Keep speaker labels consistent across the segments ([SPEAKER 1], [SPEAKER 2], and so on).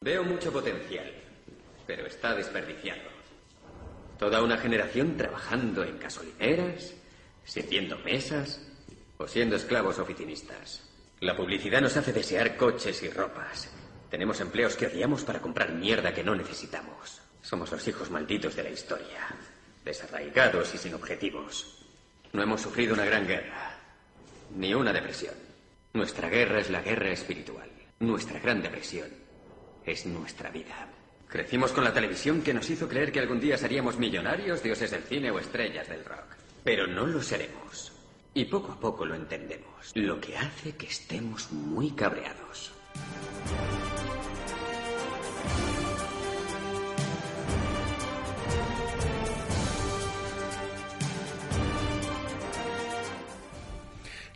[SPEAKER 1] Veo mucho potencial, pero está desperdiciado. Toda una generación trabajando en gasolineras, sirviendo mesas o siendo esclavos oficinistas. La publicidad nos hace desear coches y ropas. Tenemos empleos que odiamos para comprar mierda que no necesitamos. Somos los hijos malditos de la historia, desarraigados y sin objetivos. No hemos sufrido una gran guerra, ni una depresión. Nuestra guerra es la guerra espiritual. Nuestra gran depresión es nuestra vida. Crecimos con la televisión que nos hizo creer que algún día seríamos millonarios, dioses del cine o estrellas del rock. Pero no lo seremos. Y poco a poco lo entendemos. Lo que hace que estemos muy cabreados.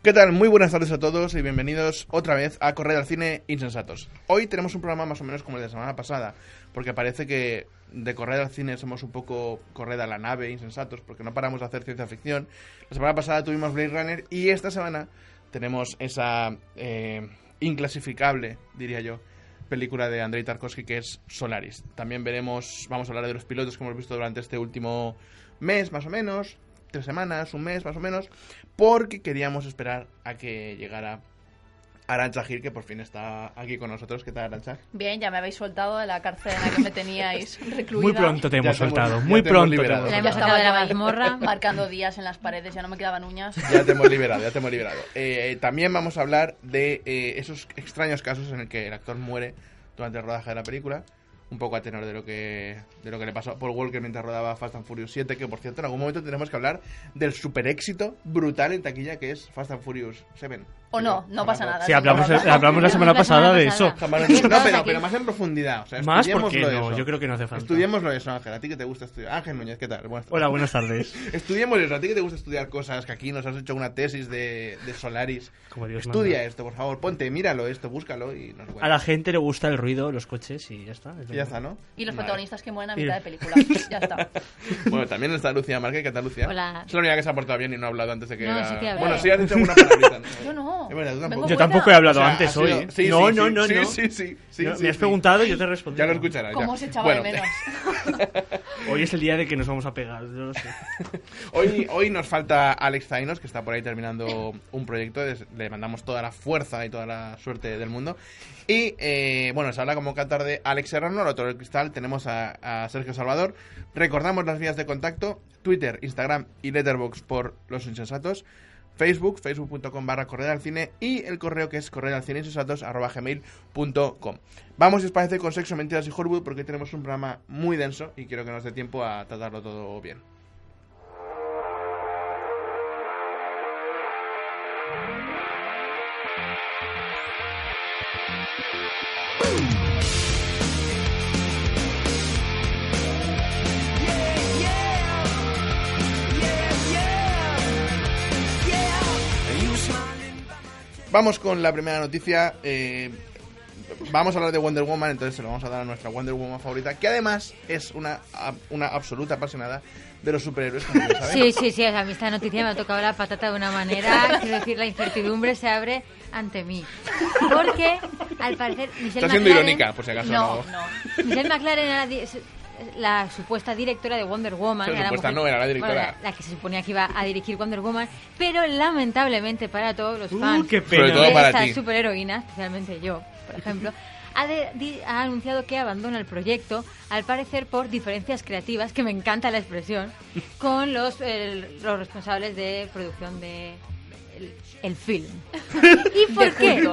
[SPEAKER 2] ¿Qué tal? Muy buenas tardes a todos y bienvenidos otra vez a Correr al Cine Insensatos. Hoy tenemos un programa más o menos como el de la semana pasada, porque parece que de Correr al Cine somos un poco Correr a la nave insensatos, porque no paramos de hacer ciencia ficción. La semana pasada tuvimos Blade Runner y esta semana tenemos esa eh, inclasificable, diría yo, película de Andrei Tarkovsky que es Solaris. También veremos, vamos a hablar de los pilotos que hemos visto durante este último mes, más o menos, tres semanas, un mes, más o menos, porque queríamos esperar a que llegara Arancha Gil, que por fin está aquí con nosotros. ¿Qué tal, Arancha?
[SPEAKER 3] Bien, ya me habéis soltado de la cárcel en la que me teníais recluida.
[SPEAKER 4] Muy pronto te hemos
[SPEAKER 2] te hemos-
[SPEAKER 4] soltado,
[SPEAKER 2] ya
[SPEAKER 4] muy
[SPEAKER 2] te hemos
[SPEAKER 4] pronto. te
[SPEAKER 2] liberado.
[SPEAKER 4] hemos
[SPEAKER 3] Ya
[SPEAKER 2] La
[SPEAKER 4] soltado.
[SPEAKER 3] estaba de la mazmorra, marcando días en las paredes, ya no me quedaban uñas.
[SPEAKER 2] Ya te hemos liberado, ya te hemos liberado. Eh, eh, también vamos a hablar de eh, esos extraños casos en el que el actor muere durante el rodaje de la película. Un poco a tenor de lo que de lo que le pasó a Paul Walker mientras rodaba Fast and Furious 7, que por cierto en algún momento tenemos que hablar del super éxito brutal en taquilla que es Fast and Furious 7.
[SPEAKER 3] O no, no pasa nada.
[SPEAKER 4] Sí, hablamos, hablamos la semana
[SPEAKER 5] La semana
[SPEAKER 4] pasada de
[SPEAKER 5] pasada.
[SPEAKER 4] eso.
[SPEAKER 2] Jamás lo-
[SPEAKER 5] ¿Qué
[SPEAKER 2] no,
[SPEAKER 5] pasa
[SPEAKER 2] pero,
[SPEAKER 5] aquí?
[SPEAKER 2] pero más en profundidad. O sea,
[SPEAKER 4] Más porque
[SPEAKER 2] estudiémoslo
[SPEAKER 4] no,
[SPEAKER 2] eso.
[SPEAKER 4] yo creo que no hace falta.
[SPEAKER 2] Estudiémoslo eso, Ángel. A ti que te gusta estudiar. Ángel Núñez, ¿qué tal? Buenas tardes.
[SPEAKER 4] Hola, buenas tardes.
[SPEAKER 2] Estudiemos eso. A ti que te gusta estudiar cosas que aquí nos has hecho una tesis de, de Solaris.
[SPEAKER 4] Como Dios
[SPEAKER 2] Estudia
[SPEAKER 4] manda.
[SPEAKER 2] esto, por favor. Ponte, míralo esto, búscalo y nos
[SPEAKER 4] A la gente le gusta el ruido, los coches y ya está.
[SPEAKER 2] Y Ya está, ¿no?
[SPEAKER 3] Y
[SPEAKER 2] Vale. Ah,
[SPEAKER 3] los protagonistas que mueren a
[SPEAKER 4] Y-
[SPEAKER 3] mitad de película. Ya está.
[SPEAKER 2] Bueno, también está Lucía Márquez. ¿Qué tal, Lucía?
[SPEAKER 5] Hola.
[SPEAKER 2] Es la única que se ha portado bien y no ha hablado antes de que...
[SPEAKER 5] No,
[SPEAKER 2] la-
[SPEAKER 5] sí que hablé.
[SPEAKER 2] bueno, sí has dicho alguna palabrita.
[SPEAKER 3] Yo no.
[SPEAKER 2] Es verdad, tú
[SPEAKER 3] Vengo
[SPEAKER 2] tampoco.
[SPEAKER 4] Yo
[SPEAKER 3] buena.
[SPEAKER 4] tampoco he hablado
[SPEAKER 2] O sea,
[SPEAKER 4] antes
[SPEAKER 2] ha sido-
[SPEAKER 4] hoy. ¿eh?
[SPEAKER 2] sí,
[SPEAKER 4] no,
[SPEAKER 2] sí,
[SPEAKER 4] no,
[SPEAKER 2] sí,
[SPEAKER 4] no,
[SPEAKER 2] sí,
[SPEAKER 4] no.
[SPEAKER 2] Sí, sí, sí,
[SPEAKER 4] No,
[SPEAKER 2] sí,
[SPEAKER 4] me has
[SPEAKER 2] sí.
[SPEAKER 4] preguntado y yo te he respondido.
[SPEAKER 2] Ya lo escucharás. ya.
[SPEAKER 3] ¿Cómo se echaba de
[SPEAKER 2] Bueno,
[SPEAKER 3] menos?
[SPEAKER 4] Hoy es el día de que nos vamos a pegar. yo lo sé.
[SPEAKER 2] Hoy, hoy nos falta Alex Zainos, que está por ahí terminando un proyecto. des- Le mandamos toda la fuerza y toda la suerte del mundo. Y eh, bueno, se habla como cada tarde Alex Serrano, al otro del cristal tenemos a, a Sergio Salvador. Recordamos las vías de contacto: Twitter, Instagram y Letterboxd por Los Insensatos. Facebook, facebook.com barra correr al cine y el correo que es correr al cine arroba gmail.com. Vamos, si os parece, con sexo, mentiras y Hollywood porque hoy tenemos un programa muy denso y quiero que nos dé tiempo a tratarlo todo bien. Vamos con la primera noticia. eh, vamos a hablar de Wonder Woman, entonces se lo vamos a dar a nuestra Wonder Woman favorita, que además es una, una absoluta apasionada de los superhéroes. Como ya sabéis.
[SPEAKER 5] Sí, sí, sí, o sea, a mí esta noticia me ha tocado la patata de una manera, quiero decir, la incertidumbre se abre ante mí. Porque, al parecer, Michelle
[SPEAKER 2] Está siendo
[SPEAKER 5] McLaren-
[SPEAKER 2] irónica, por si acaso.
[SPEAKER 3] No,
[SPEAKER 2] No,
[SPEAKER 3] no.
[SPEAKER 5] Michelle McLaren era di- su- la supuesta directora de Wonder Woman.
[SPEAKER 2] Pero
[SPEAKER 5] era la
[SPEAKER 2] supuesta no, era la directora.
[SPEAKER 5] bueno, la, la que se suponía que iba a dirigir Wonder Woman, pero lamentablemente para todos los fans
[SPEAKER 4] Uh, qué
[SPEAKER 2] Sobre todo
[SPEAKER 5] de
[SPEAKER 4] pena.
[SPEAKER 2] para
[SPEAKER 5] esta
[SPEAKER 2] ti.
[SPEAKER 5] superheroína, especialmente yo, por ejemplo, ha, de- di- ha anunciado que abandona el proyecto, al parecer por diferencias creativas, que me encanta la expresión, con los, el- los responsables de producción de el, el film. ¿Y por qué?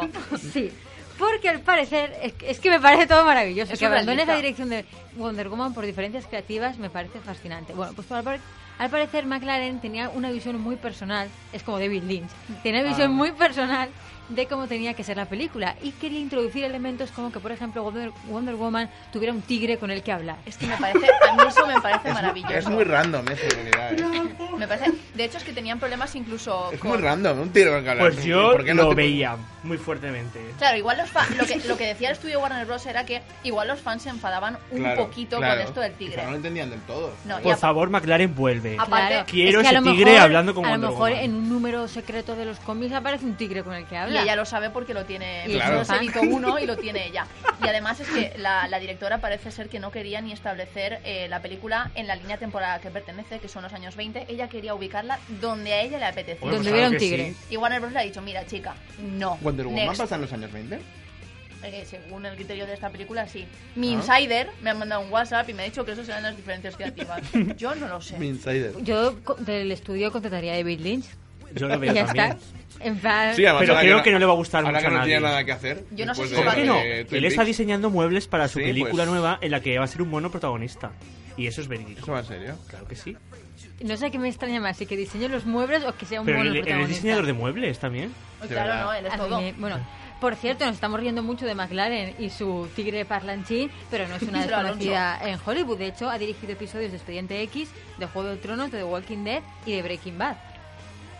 [SPEAKER 5] Sí. Porque al parecer, es que, es que me parece todo maravilloso.
[SPEAKER 3] Es
[SPEAKER 5] que abandones
[SPEAKER 3] surrealista.
[SPEAKER 5] la dirección de Wonder Woman por diferencias creativas me parece fascinante. Bueno, pues al, par- al parecer McLaren tenía una visión muy personal, es como David Lynch, tenía una
[SPEAKER 3] Ah.
[SPEAKER 5] visión muy personal de cómo tenía que ser la película y quería introducir elementos como que, por ejemplo, Wonder, Wonder Woman tuviera un tigre con el que hablar.
[SPEAKER 3] Es que me parece, a mí eso me parece maravilloso.
[SPEAKER 2] Es muy random eso, en realidad. ¿eh?
[SPEAKER 3] me parece, de hecho, es que tenían problemas incluso
[SPEAKER 2] Es
[SPEAKER 3] con...
[SPEAKER 2] muy random, un tiro que hablar.
[SPEAKER 4] Pues yo
[SPEAKER 2] ¿Por qué no
[SPEAKER 4] lo
[SPEAKER 2] te-
[SPEAKER 4] veía muy fuertemente.
[SPEAKER 3] Claro, igual los fa- lo, que, lo que decía el estudio Warner Bros. era que igual los fans se enfadaban un
[SPEAKER 2] Claro,
[SPEAKER 3] poquito
[SPEAKER 2] claro.
[SPEAKER 3] con esto del
[SPEAKER 2] Quizá no lo
[SPEAKER 3] tigre.
[SPEAKER 2] entendían del todo. Pues
[SPEAKER 3] No, y
[SPEAKER 4] Por
[SPEAKER 3] apa-
[SPEAKER 4] favor, McLaren vuelve.
[SPEAKER 3] Ah, Aparte,
[SPEAKER 5] Claro.
[SPEAKER 4] quiero
[SPEAKER 5] Es que a
[SPEAKER 4] ese
[SPEAKER 5] lo
[SPEAKER 4] tigre
[SPEAKER 5] mejor-
[SPEAKER 4] hablando con
[SPEAKER 5] A lo
[SPEAKER 4] Wonder
[SPEAKER 5] mejor
[SPEAKER 4] Woman.
[SPEAKER 5] en un número secreto de los cómics aparece un tigre con el que habla. nada.
[SPEAKER 3] Y ella lo sabe porque lo tiene.
[SPEAKER 5] Y
[SPEAKER 2] Claro.
[SPEAKER 3] Nosotros editó uno y lo tiene ella. Y además es que la, la directora parece ser que no quería ni establecer eh, la película en la línea temporal que pertenece, que son los años 20. Ella quería ubicarla donde a ella le apetecía.
[SPEAKER 5] Donde
[SPEAKER 4] pues
[SPEAKER 5] hubiera
[SPEAKER 4] claro
[SPEAKER 5] un
[SPEAKER 4] que sí.
[SPEAKER 5] tigre.
[SPEAKER 3] Y Warner Bros. le ha dicho, mira chica, no.
[SPEAKER 2] Wonder Woman
[SPEAKER 3] Next".
[SPEAKER 2] pasa en los años 20.
[SPEAKER 3] Eh, según el criterio de esta película, sí.
[SPEAKER 2] Ah.
[SPEAKER 3] Mi insider me ha mandado un WhatsApp y me ha dicho que eso serán las diferencias creativas. Yo no lo sé.
[SPEAKER 2] Mi insider.
[SPEAKER 5] Yo co- del estudio contrataría a David Lynch.
[SPEAKER 4] Yo lo
[SPEAKER 5] Y
[SPEAKER 4] veo
[SPEAKER 5] ya
[SPEAKER 4] también.
[SPEAKER 5] está. En plan,
[SPEAKER 2] Sí, además,
[SPEAKER 4] Pero
[SPEAKER 2] ahora
[SPEAKER 4] creo
[SPEAKER 2] na-
[SPEAKER 4] que no le va a gustar
[SPEAKER 2] ahora
[SPEAKER 4] mucho
[SPEAKER 2] que
[SPEAKER 4] a
[SPEAKER 2] no tiene
[SPEAKER 4] nadie.
[SPEAKER 2] nada que hacer.
[SPEAKER 3] Yo no sé
[SPEAKER 2] después
[SPEAKER 3] si
[SPEAKER 2] de-
[SPEAKER 4] ¿Por
[SPEAKER 3] va a
[SPEAKER 4] qué
[SPEAKER 2] de
[SPEAKER 4] no?
[SPEAKER 2] eh, Twin
[SPEAKER 4] Él está
[SPEAKER 2] Peaks.
[SPEAKER 4] diseñando muebles para su
[SPEAKER 2] Sí,
[SPEAKER 4] película
[SPEAKER 2] pues.
[SPEAKER 4] nueva en la que va a ser un mono protagonista. Y eso es verídico.
[SPEAKER 2] ¿Eso va en serio?
[SPEAKER 4] Claro que sí.
[SPEAKER 5] no sé qué me extraña más, si que diseñe los muebles o que sea un
[SPEAKER 4] Pero
[SPEAKER 5] mono
[SPEAKER 4] él, él es
[SPEAKER 5] protagonista.
[SPEAKER 4] diseñador de muebles también.
[SPEAKER 2] De
[SPEAKER 3] claro,
[SPEAKER 2] verdad.
[SPEAKER 3] no, él es
[SPEAKER 5] Así
[SPEAKER 3] todo.
[SPEAKER 5] que, bueno, por cierto, nos estamos riendo mucho de McLaren y su tigre parlanchín, pero no es una
[SPEAKER 3] Díselo, Alonso.
[SPEAKER 5] desconocida en Hollywood. De hecho, ha dirigido episodios de Expediente X, de Juego de Tronos, de The Walking Dead y de Breaking Bad.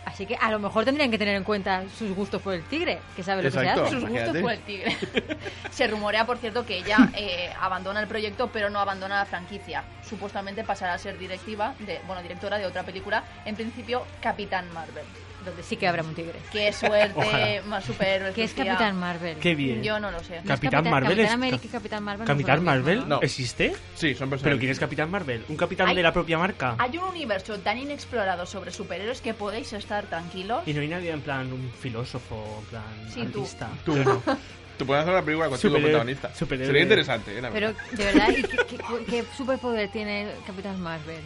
[SPEAKER 5] Así que a lo mejor tendrían que tener en cuenta sus gustos por el tigre, que sabe lo
[SPEAKER 2] Exacto.
[SPEAKER 5] que se hace.
[SPEAKER 3] Sus
[SPEAKER 2] Imagínate.
[SPEAKER 3] gustos por el tigre. Se rumorea, por cierto, que ella eh, abandona el proyecto, pero no abandona la franquicia. Supuestamente pasará a ser directiva, de, bueno, directora de otra película, en principio Capitán Marvel.
[SPEAKER 5] Donde sí que habrá un tigre.
[SPEAKER 3] Qué suerte,
[SPEAKER 4] Ojalá.
[SPEAKER 3] más superhéroe.
[SPEAKER 5] Que es Capitán Marvel.
[SPEAKER 4] Qué bien.
[SPEAKER 3] Yo no lo sé.
[SPEAKER 5] No es
[SPEAKER 4] Capitán Marvel
[SPEAKER 5] Capitán
[SPEAKER 4] es-
[SPEAKER 5] América y Capitán Marvel. no
[SPEAKER 4] ¿Capitán
[SPEAKER 5] son lo mismo,
[SPEAKER 4] Marvel
[SPEAKER 5] ¿no?
[SPEAKER 2] No.
[SPEAKER 4] existe?
[SPEAKER 2] Sí, son personas.
[SPEAKER 4] ¿Pero quién es Capitán Marvel? ¿Un capitán
[SPEAKER 3] Ay.
[SPEAKER 4] de la propia marca?
[SPEAKER 3] Hay un universo tan inexplorado sobre superhéroes que podéis estar tranquilos.
[SPEAKER 4] Y no hay nadie en plan un filósofo, en plan
[SPEAKER 3] Sí, tú.
[SPEAKER 4] artista.
[SPEAKER 2] Tú.
[SPEAKER 4] Yo no.
[SPEAKER 2] Tú puedes hacer una película contigo
[SPEAKER 4] Superhéroe.
[SPEAKER 2] protagonista.
[SPEAKER 4] Superhéroe.
[SPEAKER 2] Sería interesante, ¿eh? la
[SPEAKER 5] Pero,
[SPEAKER 2] verdad.
[SPEAKER 5] de verdad, ¿y qué, qué- qué superpoder tiene Capitán Marvel?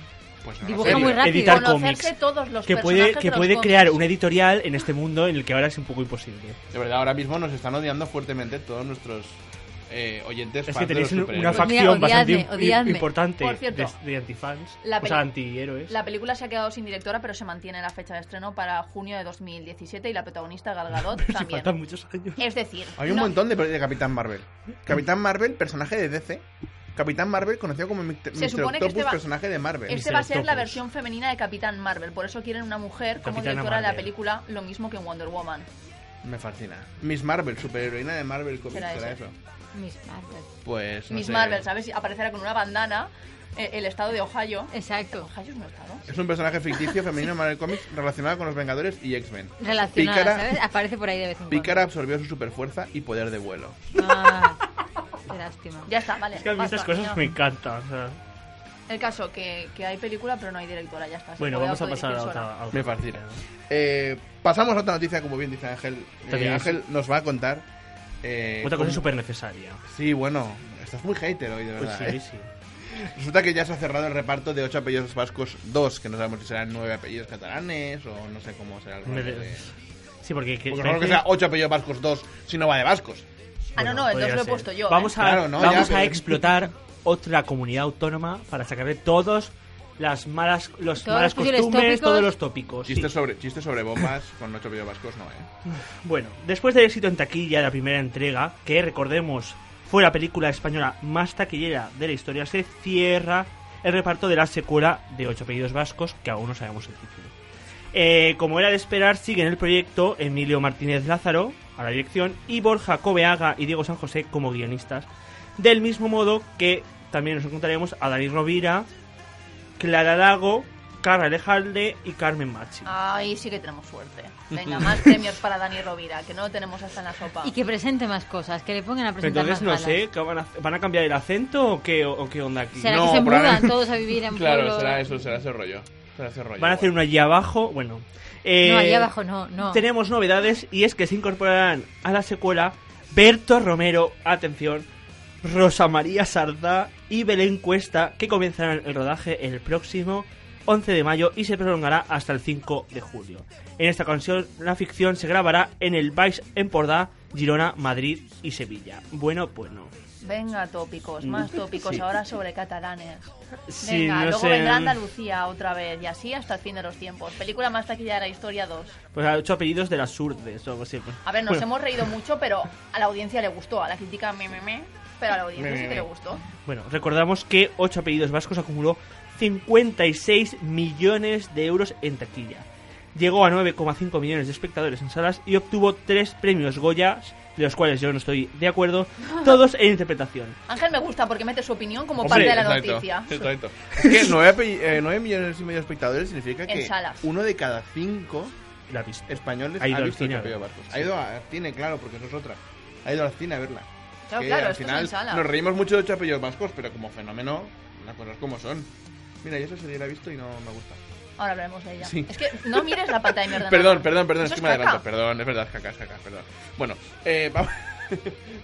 [SPEAKER 2] Pues no lo
[SPEAKER 5] dibuja
[SPEAKER 2] sé,
[SPEAKER 5] muy
[SPEAKER 2] yo-
[SPEAKER 5] rápido.
[SPEAKER 4] Editar
[SPEAKER 3] Conocerse
[SPEAKER 4] cómics.
[SPEAKER 3] todos los
[SPEAKER 4] Que puede,
[SPEAKER 3] personajes
[SPEAKER 4] que
[SPEAKER 3] de los
[SPEAKER 4] puede
[SPEAKER 3] cómics.
[SPEAKER 4] crear una editorial en este mundo en el que ahora es un poco imposible.
[SPEAKER 2] De verdad, ahora mismo nos están odiando fuertemente todos nuestros eh, oyentes.
[SPEAKER 4] Es
[SPEAKER 2] fans de
[SPEAKER 4] que tenéis
[SPEAKER 2] los
[SPEAKER 4] un- una
[SPEAKER 2] superhéroes.
[SPEAKER 5] Pues mira,
[SPEAKER 4] facción bastante
[SPEAKER 5] odiadme,
[SPEAKER 4] im-
[SPEAKER 5] odiadme.
[SPEAKER 4] importante
[SPEAKER 3] Por cierto,
[SPEAKER 4] de, de antifans,
[SPEAKER 3] la
[SPEAKER 4] o sea,
[SPEAKER 3] peli-
[SPEAKER 4] antihéroes.
[SPEAKER 3] La película se ha quedado sin directora, pero se mantiene la fecha de estreno para junio de 2017 y la protagonista Gal Gadot
[SPEAKER 4] Pero si
[SPEAKER 3] también.
[SPEAKER 4] faltan muchos años.
[SPEAKER 3] Es decir,
[SPEAKER 2] Hay un
[SPEAKER 3] no-
[SPEAKER 2] montón de, de Capitán Marvel. Capitán Marvel, personaje de DC. Capitán Marvel, conocido como Mr.
[SPEAKER 3] Se supone que
[SPEAKER 2] Octopus,
[SPEAKER 3] este va-
[SPEAKER 2] personaje de Marvel.
[SPEAKER 3] este
[SPEAKER 4] Mr.
[SPEAKER 3] va a ser la
[SPEAKER 4] Octopus.
[SPEAKER 3] versión femenina de Capitán Marvel, por eso quieren una mujer como
[SPEAKER 4] Capitana
[SPEAKER 3] directora de la
[SPEAKER 4] Marvel.
[SPEAKER 3] película, lo mismo que en Wonder Woman.
[SPEAKER 2] Me fascina. Miss Marvel, superheroína de Marvel. ¿Cómo
[SPEAKER 3] Será
[SPEAKER 2] será,
[SPEAKER 3] ese.
[SPEAKER 2] eso?
[SPEAKER 5] Miss Marvel.
[SPEAKER 2] Pues no
[SPEAKER 3] Miss
[SPEAKER 2] sé.
[SPEAKER 3] Marvel, ¿sabes? Si Aparecerá con una bandana, eh, el estado de Ohio.
[SPEAKER 5] Exacto.
[SPEAKER 3] Ohio es un estado.
[SPEAKER 2] Es un personaje ficticio femenino de Marvel Comics relacionado con los Vengadores y X-Men.
[SPEAKER 5] Relacionada,
[SPEAKER 2] Pícara-
[SPEAKER 5] ¿sabes? Aparece por ahí de vez en cuando.
[SPEAKER 2] Pícara absorbió su superfuerza y poder de vuelo.
[SPEAKER 5] Ah, qué lástima.
[SPEAKER 3] Ya está, vale.
[SPEAKER 4] Es que a mí
[SPEAKER 3] basta,
[SPEAKER 4] estas cosas
[SPEAKER 3] ya.
[SPEAKER 4] me encantan. o sea.
[SPEAKER 3] El caso que, que hay película, pero no hay directora, ya está. se
[SPEAKER 4] Bueno,
[SPEAKER 3] puede
[SPEAKER 4] vamos a pasar a
[SPEAKER 3] autodirigir sola.
[SPEAKER 4] otra. a otra.
[SPEAKER 2] Me fascina. Eh, pasamos a otra noticia, como bien dice Ángel. Eh,
[SPEAKER 4] También es-
[SPEAKER 2] Ángel nos va a contar. eh,
[SPEAKER 4] Otra cosa
[SPEAKER 2] cómo-
[SPEAKER 4] súper necesaria.
[SPEAKER 2] Sí, bueno, estás muy hater hoy, de
[SPEAKER 4] Pues
[SPEAKER 2] verdad.
[SPEAKER 4] sí,
[SPEAKER 2] ¿eh?
[SPEAKER 4] sí.
[SPEAKER 2] Resulta que ya se ha cerrado el reparto de 8 apellidos vascos, 2, que no sabemos si serán 9 apellidos catalanes o no sé cómo será el
[SPEAKER 4] Me-
[SPEAKER 2] rollo de...
[SPEAKER 4] Sí, porque... que-
[SPEAKER 2] Porque no creo que
[SPEAKER 4] parece-
[SPEAKER 2] sea 8 apellidos vascos, 2, si no va de vascos.
[SPEAKER 3] Ah, no, no, el dos
[SPEAKER 4] podría
[SPEAKER 3] lo he
[SPEAKER 4] ser.
[SPEAKER 3] puesto yo,
[SPEAKER 4] Vamos
[SPEAKER 2] ¿eh?
[SPEAKER 4] a,
[SPEAKER 2] Claro, no,
[SPEAKER 4] vamos
[SPEAKER 2] ya,
[SPEAKER 4] a
[SPEAKER 2] pero-
[SPEAKER 4] explotar otra comunidad autónoma para sacarle todos las malas, los
[SPEAKER 5] Todos
[SPEAKER 4] malas
[SPEAKER 5] los posibles
[SPEAKER 4] costumbres,
[SPEAKER 5] tópicos.
[SPEAKER 4] todos los tópicos. Pues sí.
[SPEAKER 2] Chistes sobre, chistes sobre bombas con 8 apellidos vascos, no, ¿eh?
[SPEAKER 4] Bueno, después del éxito en taquilla de la primera entrega, que recordemos fue la película española más taquillera de la historia, se cierra el reparto de la secuela de Ocho apellidos vascos, que aún no sabemos el título. Eh, como era de esperar, siguen el proyecto Emilio Martínez Lázaro a la dirección y Borja Cobeaga y Diego San José como guionistas. Del mismo modo que también nos encontraremos a Dani Rovira, Clara Lago, Carla Lejalde y Carmen Machi.
[SPEAKER 3] Ahí sí que tenemos suerte. Venga, más premios para Dani Rovira, que no lo tenemos hasta en la sopa.
[SPEAKER 5] Y que presente más cosas, que le pongan a
[SPEAKER 4] Pero
[SPEAKER 5] presentar
[SPEAKER 4] entonces no
[SPEAKER 5] más balas.
[SPEAKER 4] sé, ¿qué van, a, hacer? ¿van a cambiar el acento o qué, o qué onda aquí?
[SPEAKER 5] ¿Será
[SPEAKER 2] No,
[SPEAKER 5] que se mudan
[SPEAKER 2] probablemente-
[SPEAKER 5] todos a vivir en
[SPEAKER 2] Claro,
[SPEAKER 5] pueblo?
[SPEAKER 2] será eso, será ese rollo. Será ese rollo.
[SPEAKER 4] Van a hacer
[SPEAKER 2] bueno.
[SPEAKER 4] uno allí abajo, bueno. eh,
[SPEAKER 5] No, allí abajo no, no.
[SPEAKER 4] Tenemos novedades y es que se incorporarán a la secuela Berto Romero, atención, Rosa María Sardá y Belén Cuesta, que comenzarán el rodaje el próximo 11 de mayo y se prolongará hasta el 5 de julio. En esta ocasión, la ficción se grabará en el Vice en Empordà, Girona, Madrid y Sevilla. Bueno, pues no.
[SPEAKER 3] Venga, tópicos, más tópicos
[SPEAKER 4] Sí.
[SPEAKER 3] ahora sobre catalanes.
[SPEAKER 4] Sí,
[SPEAKER 3] Venga,
[SPEAKER 4] no
[SPEAKER 3] luego
[SPEAKER 4] sé.
[SPEAKER 3] vendrá Andalucía otra vez y así hasta el fin de los tiempos. Película más taquilla de la historia 2.
[SPEAKER 4] Pues ha hecho apellidos de las urdes o algo así.
[SPEAKER 3] A ver, nos
[SPEAKER 2] Pues-
[SPEAKER 4] Bueno,
[SPEAKER 3] hemos reído mucho, pero a la audiencia le gustó. A la crítica, me, me, me, pero a la audiencia
[SPEAKER 2] Me, me,
[SPEAKER 3] sí que
[SPEAKER 2] me.
[SPEAKER 3] le gustó.
[SPEAKER 4] Bueno, recordamos que 8 apellidos vascos acumuló 56 millones de euros en taquilla. Llegó a 9,5 millones de espectadores en salas y obtuvo 3 premios Goya, de los cuales yo no estoy de acuerdo, todos en interpretación.
[SPEAKER 3] Ángel me gusta porque mete su opinión como
[SPEAKER 2] Hombre,
[SPEAKER 3] parte de la
[SPEAKER 2] exacto,
[SPEAKER 3] noticia.
[SPEAKER 2] exacto. eh, Es que 9, millones y medio de espectadores significa
[SPEAKER 3] En
[SPEAKER 2] que
[SPEAKER 3] salas.
[SPEAKER 2] uno de cada cinco
[SPEAKER 4] la ha visto.
[SPEAKER 2] españoles
[SPEAKER 4] Ha ido
[SPEAKER 2] ha
[SPEAKER 4] al
[SPEAKER 2] visto el
[SPEAKER 4] cine a
[SPEAKER 2] Chapeo de
[SPEAKER 4] verla,
[SPEAKER 2] Barcos.
[SPEAKER 4] sí.
[SPEAKER 2] Ha ido a cine, claro, porque eso es otra. Ha ido al cine a verla.
[SPEAKER 3] Claro,
[SPEAKER 2] Que
[SPEAKER 3] claro,
[SPEAKER 2] al
[SPEAKER 3] esto es
[SPEAKER 2] final
[SPEAKER 3] en sala.
[SPEAKER 2] nos reímos mucho de Chapellos Vascos, pero como fenómeno, las cosas como son. Mira, yo esa serie la he visto y no me gusta.
[SPEAKER 3] Ahora hablaremos de ella.
[SPEAKER 2] Sí.
[SPEAKER 3] Es que no mires la pantalla de mi ordenador.
[SPEAKER 2] Perdón, perdón, perdón,
[SPEAKER 3] Eso
[SPEAKER 2] es que me
[SPEAKER 3] es
[SPEAKER 2] adelanto,
[SPEAKER 3] caca.
[SPEAKER 2] perdón, es verdad, es caca, es caca, perdón. Bueno, eh, va-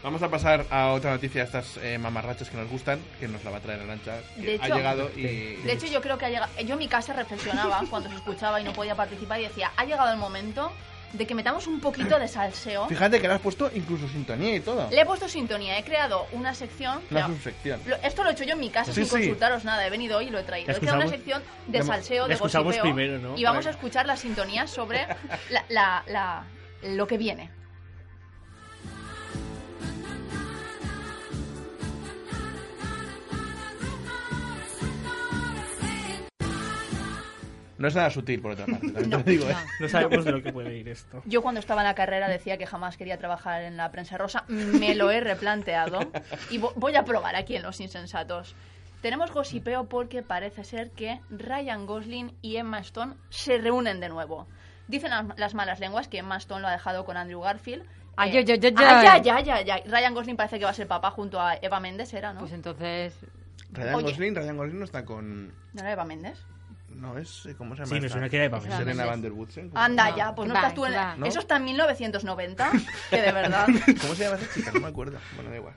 [SPEAKER 2] vamos a pasar a otra noticia de estas eh, mamarrachas que nos gustan, que nos la va a traer Arancha, que
[SPEAKER 3] De
[SPEAKER 2] ha
[SPEAKER 3] hecho-
[SPEAKER 2] llegado y...
[SPEAKER 3] De hecho, yo creo que ha llegado. Yo en mi casa reflexionaba cuando se escuchaba y no podía participar y decía: ha llegado el momento de que metamos un poquito de salseo.
[SPEAKER 2] Fíjate que le has puesto incluso sintonía y todo,
[SPEAKER 3] Le he puesto sintonía, he creado una sección.
[SPEAKER 2] la
[SPEAKER 3] pero-
[SPEAKER 2] subsección.
[SPEAKER 3] lo- esto lo he hecho yo en mi casa
[SPEAKER 2] Sí,
[SPEAKER 3] sin
[SPEAKER 2] sí.
[SPEAKER 3] consultaros nada. He venido hoy y lo he traído.
[SPEAKER 4] La
[SPEAKER 3] He creado una sección
[SPEAKER 4] escuchamos-
[SPEAKER 2] la
[SPEAKER 3] de
[SPEAKER 2] hemos-
[SPEAKER 3] salseo,
[SPEAKER 4] la
[SPEAKER 3] de
[SPEAKER 4] escuchamos
[SPEAKER 3] gossipeo,
[SPEAKER 4] primero, ¿no?
[SPEAKER 3] Y vamos
[SPEAKER 2] Vale.
[SPEAKER 3] a escuchar la sintonía sobre la- la- la- lo que viene.
[SPEAKER 2] No es nada sutil, por otra parte, también
[SPEAKER 3] No,
[SPEAKER 2] te digo, ¿eh?
[SPEAKER 5] no.
[SPEAKER 4] No sabemos de lo que puede ir esto.
[SPEAKER 3] Yo cuando estaba en la carrera decía que jamás quería trabajar en la prensa rosa. Me lo he replanteado y vo- voy a probar aquí en Los Insensatos. Tenemos gosipeo porque parece ser que Ryan Gosling y Emma Stone se reúnen de nuevo. Dicen las- las malas lenguas que Emma Stone lo ha dejado con Andrew Garfield.
[SPEAKER 5] Ay,
[SPEAKER 3] Eh,
[SPEAKER 5] ay, ay, ay,
[SPEAKER 3] ay,
[SPEAKER 5] ay.
[SPEAKER 3] ay, ay, ay, ay. Ryan Gosling parece que va a ser papá junto a Eva Méndez, ¿era, no?
[SPEAKER 5] Pues entonces,
[SPEAKER 2] Ryan
[SPEAKER 3] Oye.
[SPEAKER 2] Gosling, Ryan Gosling no está con...
[SPEAKER 3] ¿No era Eva Méndez?
[SPEAKER 5] Pues
[SPEAKER 2] No es... eh, ¿Cómo se llama
[SPEAKER 4] Sí, me
[SPEAKER 2] esta?
[SPEAKER 4] suena que era Eva
[SPEAKER 5] Esa-
[SPEAKER 4] Mendes.
[SPEAKER 2] Serena
[SPEAKER 5] Mendes.
[SPEAKER 2] Van Der Woodsen. ¿cómo se llama?
[SPEAKER 3] Anda
[SPEAKER 5] No,
[SPEAKER 3] ya, pues no
[SPEAKER 5] que
[SPEAKER 3] estás
[SPEAKER 5] va,
[SPEAKER 3] tú en...
[SPEAKER 5] que va.
[SPEAKER 2] ¿No?
[SPEAKER 3] Eso está en 1990, que de verdad...
[SPEAKER 2] ¿Cómo se llama esa chica? No me acuerdo. Bueno, da igual.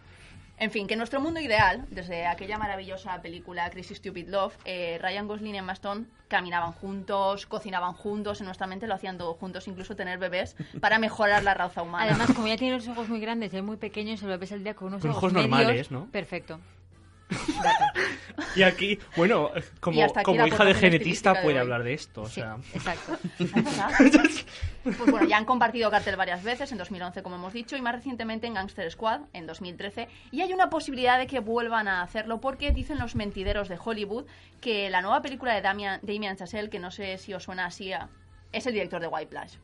[SPEAKER 3] En fin, que en nuestro mundo ideal, desde aquella maravillosa película Crazy Stupid Love, eh, Ryan Gosling y Emma Stone caminaban juntos, cocinaban juntos, en nuestra mente lo hacían todo juntos, incluso tener bebés para mejorar la raza humana.
[SPEAKER 5] además, como ya tiene los ojos muy grandes y es muy pequeño, se lo ves el día con unos
[SPEAKER 4] Con
[SPEAKER 5] ojos,
[SPEAKER 4] ojos
[SPEAKER 5] medios,
[SPEAKER 4] normales, ¿no?
[SPEAKER 5] Perfecto.
[SPEAKER 4] Y aquí, bueno, como,
[SPEAKER 3] Y hasta aquí
[SPEAKER 4] como
[SPEAKER 3] la
[SPEAKER 4] hija de
[SPEAKER 3] aportación estilística
[SPEAKER 4] genetista
[SPEAKER 3] de
[SPEAKER 4] puede
[SPEAKER 3] hoy.
[SPEAKER 4] hablar de esto. O
[SPEAKER 5] Sí,
[SPEAKER 4] sea,
[SPEAKER 5] exacto.
[SPEAKER 3] Pues bueno, ya han compartido cartel varias veces, en 2011 como hemos dicho, y más recientemente en Gangster Squad, en 2013, y hay una posibilidad de que vuelvan a hacerlo porque dicen los mentideros de Hollywood que la nueva película de Damian, Damien Chazelle, que no sé si os suena así, a- es el director de White Plash.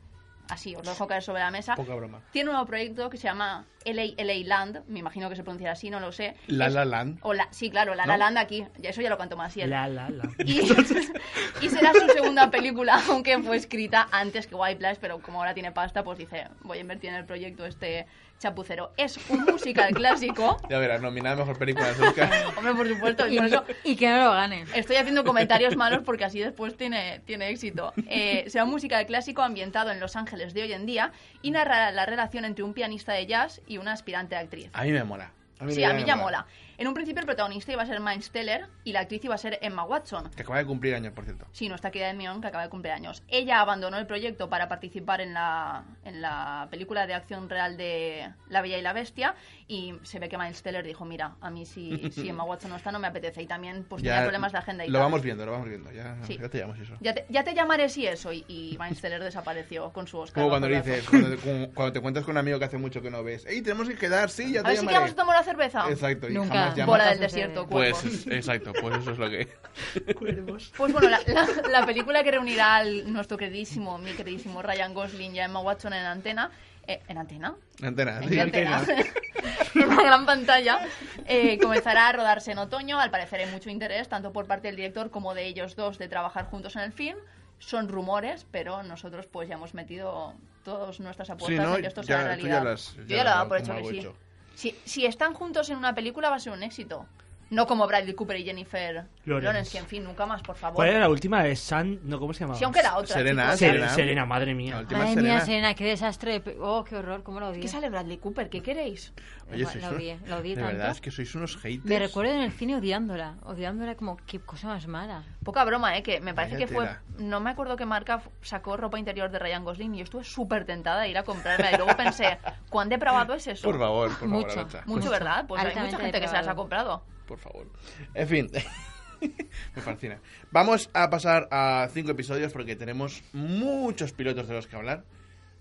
[SPEAKER 3] Así, os lo dejo caer sobre la mesa.
[SPEAKER 2] Poca broma.
[SPEAKER 3] Tiene un nuevo proyecto que se llama LA, LA Land, me imagino que se pronunciará así, no lo sé.
[SPEAKER 2] La
[SPEAKER 3] Es-
[SPEAKER 2] La Land.
[SPEAKER 3] O la, sí, claro, La La
[SPEAKER 2] ¿No?
[SPEAKER 3] Land aquí, ya- eso ya lo canto más.
[SPEAKER 4] la, la, la.
[SPEAKER 3] Y, y será su segunda película, aunque fue escrita antes que White Plash, pero como ahora tiene pasta, pues dice, voy a invertir en el proyecto este chapucero. Es un musical clásico.
[SPEAKER 2] Ya verás, nominada a mejor película de los Oscars.
[SPEAKER 3] Hombre, por supuesto, y
[SPEAKER 5] Y,
[SPEAKER 3] por eso
[SPEAKER 5] y que no lo gane.
[SPEAKER 3] Estoy haciendo comentarios malos porque así después tiene, tiene éxito. Eh, será un musical clásico ambientado en Los Ángeles de hoy en día y narrará la relación entre un pianista de jazz y una aspirante actriz.
[SPEAKER 2] A mí me mola. A mí
[SPEAKER 3] Sí,
[SPEAKER 2] me
[SPEAKER 3] a mí ya mola. En un principio el protagonista iba a ser Miles Teller y la actriz iba a ser Emma Watson.
[SPEAKER 2] Que acaba de cumplir años, por cierto.
[SPEAKER 3] Sí, nuestra querida Mion, que acaba de cumplir años. Ella abandonó el proyecto para participar en la, en la película de acción real de La Bella y la Bestia y se ve que Miles Teller dijo, mira, a mí si, si Emma Watson no está no me apetece y también pues tenía problemas de agenda y
[SPEAKER 2] Lo
[SPEAKER 3] tal.
[SPEAKER 2] vamos viendo, lo vamos viendo. Ya,
[SPEAKER 3] Sí.
[SPEAKER 2] ya te llamamos eso.
[SPEAKER 3] Ya te, ya te llamaré si eso. Y, y Miles Teller desapareció con su Oscar.
[SPEAKER 2] Como cuando
[SPEAKER 3] bajo el
[SPEAKER 2] dices,
[SPEAKER 3] brazo.
[SPEAKER 2] cuando te, cu- cuando te encuentras con un amigo que hace mucho que no ves. ¡Ey, tenemos que quedar! Sí, ya
[SPEAKER 3] A
[SPEAKER 2] te
[SPEAKER 3] ver si
[SPEAKER 2] llamaré.
[SPEAKER 3] quedamos a tomar una cerveza. Ah,
[SPEAKER 2] Exacto, y
[SPEAKER 5] Nunca.
[SPEAKER 2] jamás llamas.
[SPEAKER 3] Bola del
[SPEAKER 5] Nunca sucede.
[SPEAKER 3] desierto, cuervos.
[SPEAKER 2] Pues, es- exacto, pues eso es lo que...
[SPEAKER 3] Pues bueno, la, la- la película que reunirá al nuestro queridísimo, mi queridísimo Ryan Gosling y a Emma Watson en antena. eh, ¿En antena?
[SPEAKER 2] Antena,
[SPEAKER 3] En
[SPEAKER 2] sí.
[SPEAKER 3] antena. en una gran pantalla. eh, comenzará a rodarse en otoño. Al parecer hay mucho interés, tanto por parte del director como de ellos dos, de trabajar juntos en el film. Son rumores, pero nosotros pues ya hemos metido todas nuestras apuestas
[SPEAKER 2] ¿no?
[SPEAKER 3] en que esto
[SPEAKER 2] Ya-
[SPEAKER 3] sea
[SPEAKER 2] tú ya
[SPEAKER 3] realidad.
[SPEAKER 2] las-
[SPEAKER 3] Yo
[SPEAKER 2] ya
[SPEAKER 3] ya lo
[SPEAKER 2] las-
[SPEAKER 3] daba por
[SPEAKER 2] como
[SPEAKER 3] hecho que
[SPEAKER 2] algo
[SPEAKER 3] sí.
[SPEAKER 2] hecho.
[SPEAKER 3] Si, si están juntos en una película va a ser un éxito. No como Bradley Cooper y Jennifer
[SPEAKER 4] Lawrence.
[SPEAKER 3] Lawrence, que en fin, nunca más, por favor.
[SPEAKER 4] ¿Cuál era la última de San? No, ¿cómo se llamaba?
[SPEAKER 3] Si aunque era otra.
[SPEAKER 2] Serena,
[SPEAKER 3] chicos.
[SPEAKER 2] sí.
[SPEAKER 4] Serena. Serena, madre
[SPEAKER 2] La
[SPEAKER 4] mía.
[SPEAKER 2] última
[SPEAKER 5] Madre
[SPEAKER 2] Serena.
[SPEAKER 5] mía, Serena, qué desastre. Oh, qué horror, cómo lo odié.
[SPEAKER 3] ¿Qué sale Bradley Cooper? ¿Qué queréis?
[SPEAKER 2] Oye,
[SPEAKER 5] La-
[SPEAKER 2] sois
[SPEAKER 5] la
[SPEAKER 2] unos-
[SPEAKER 5] odié, la odié
[SPEAKER 2] de
[SPEAKER 5] tanto.
[SPEAKER 2] verdad, es que sois unos haters.
[SPEAKER 5] Me recuerdo en el cine odiándola. Odiándola como, qué cosa más mala.
[SPEAKER 3] Poca broma, ¿eh? Que me parece
[SPEAKER 2] Vaya
[SPEAKER 3] que fue...
[SPEAKER 2] tela.
[SPEAKER 3] No me acuerdo qué marca f- sacó ropa interior de Ryan Gosling y yo estuve súper tentada de ir a comprarla. Y luego pensé, ¿cuán depravado es eso?
[SPEAKER 2] Por favor, por favor,
[SPEAKER 5] Mucho.
[SPEAKER 2] Arancha.
[SPEAKER 3] Mucho,
[SPEAKER 5] Mucho.
[SPEAKER 3] ¿verdad? Pues hay
[SPEAKER 5] Altamente
[SPEAKER 3] mucha gente que se las ha
[SPEAKER 5] depravado.
[SPEAKER 3] comprado.
[SPEAKER 2] Por favor. En fin. Me fascina. Vamos a pasar a cinco episodios porque tenemos muchos pilotos de los que hablar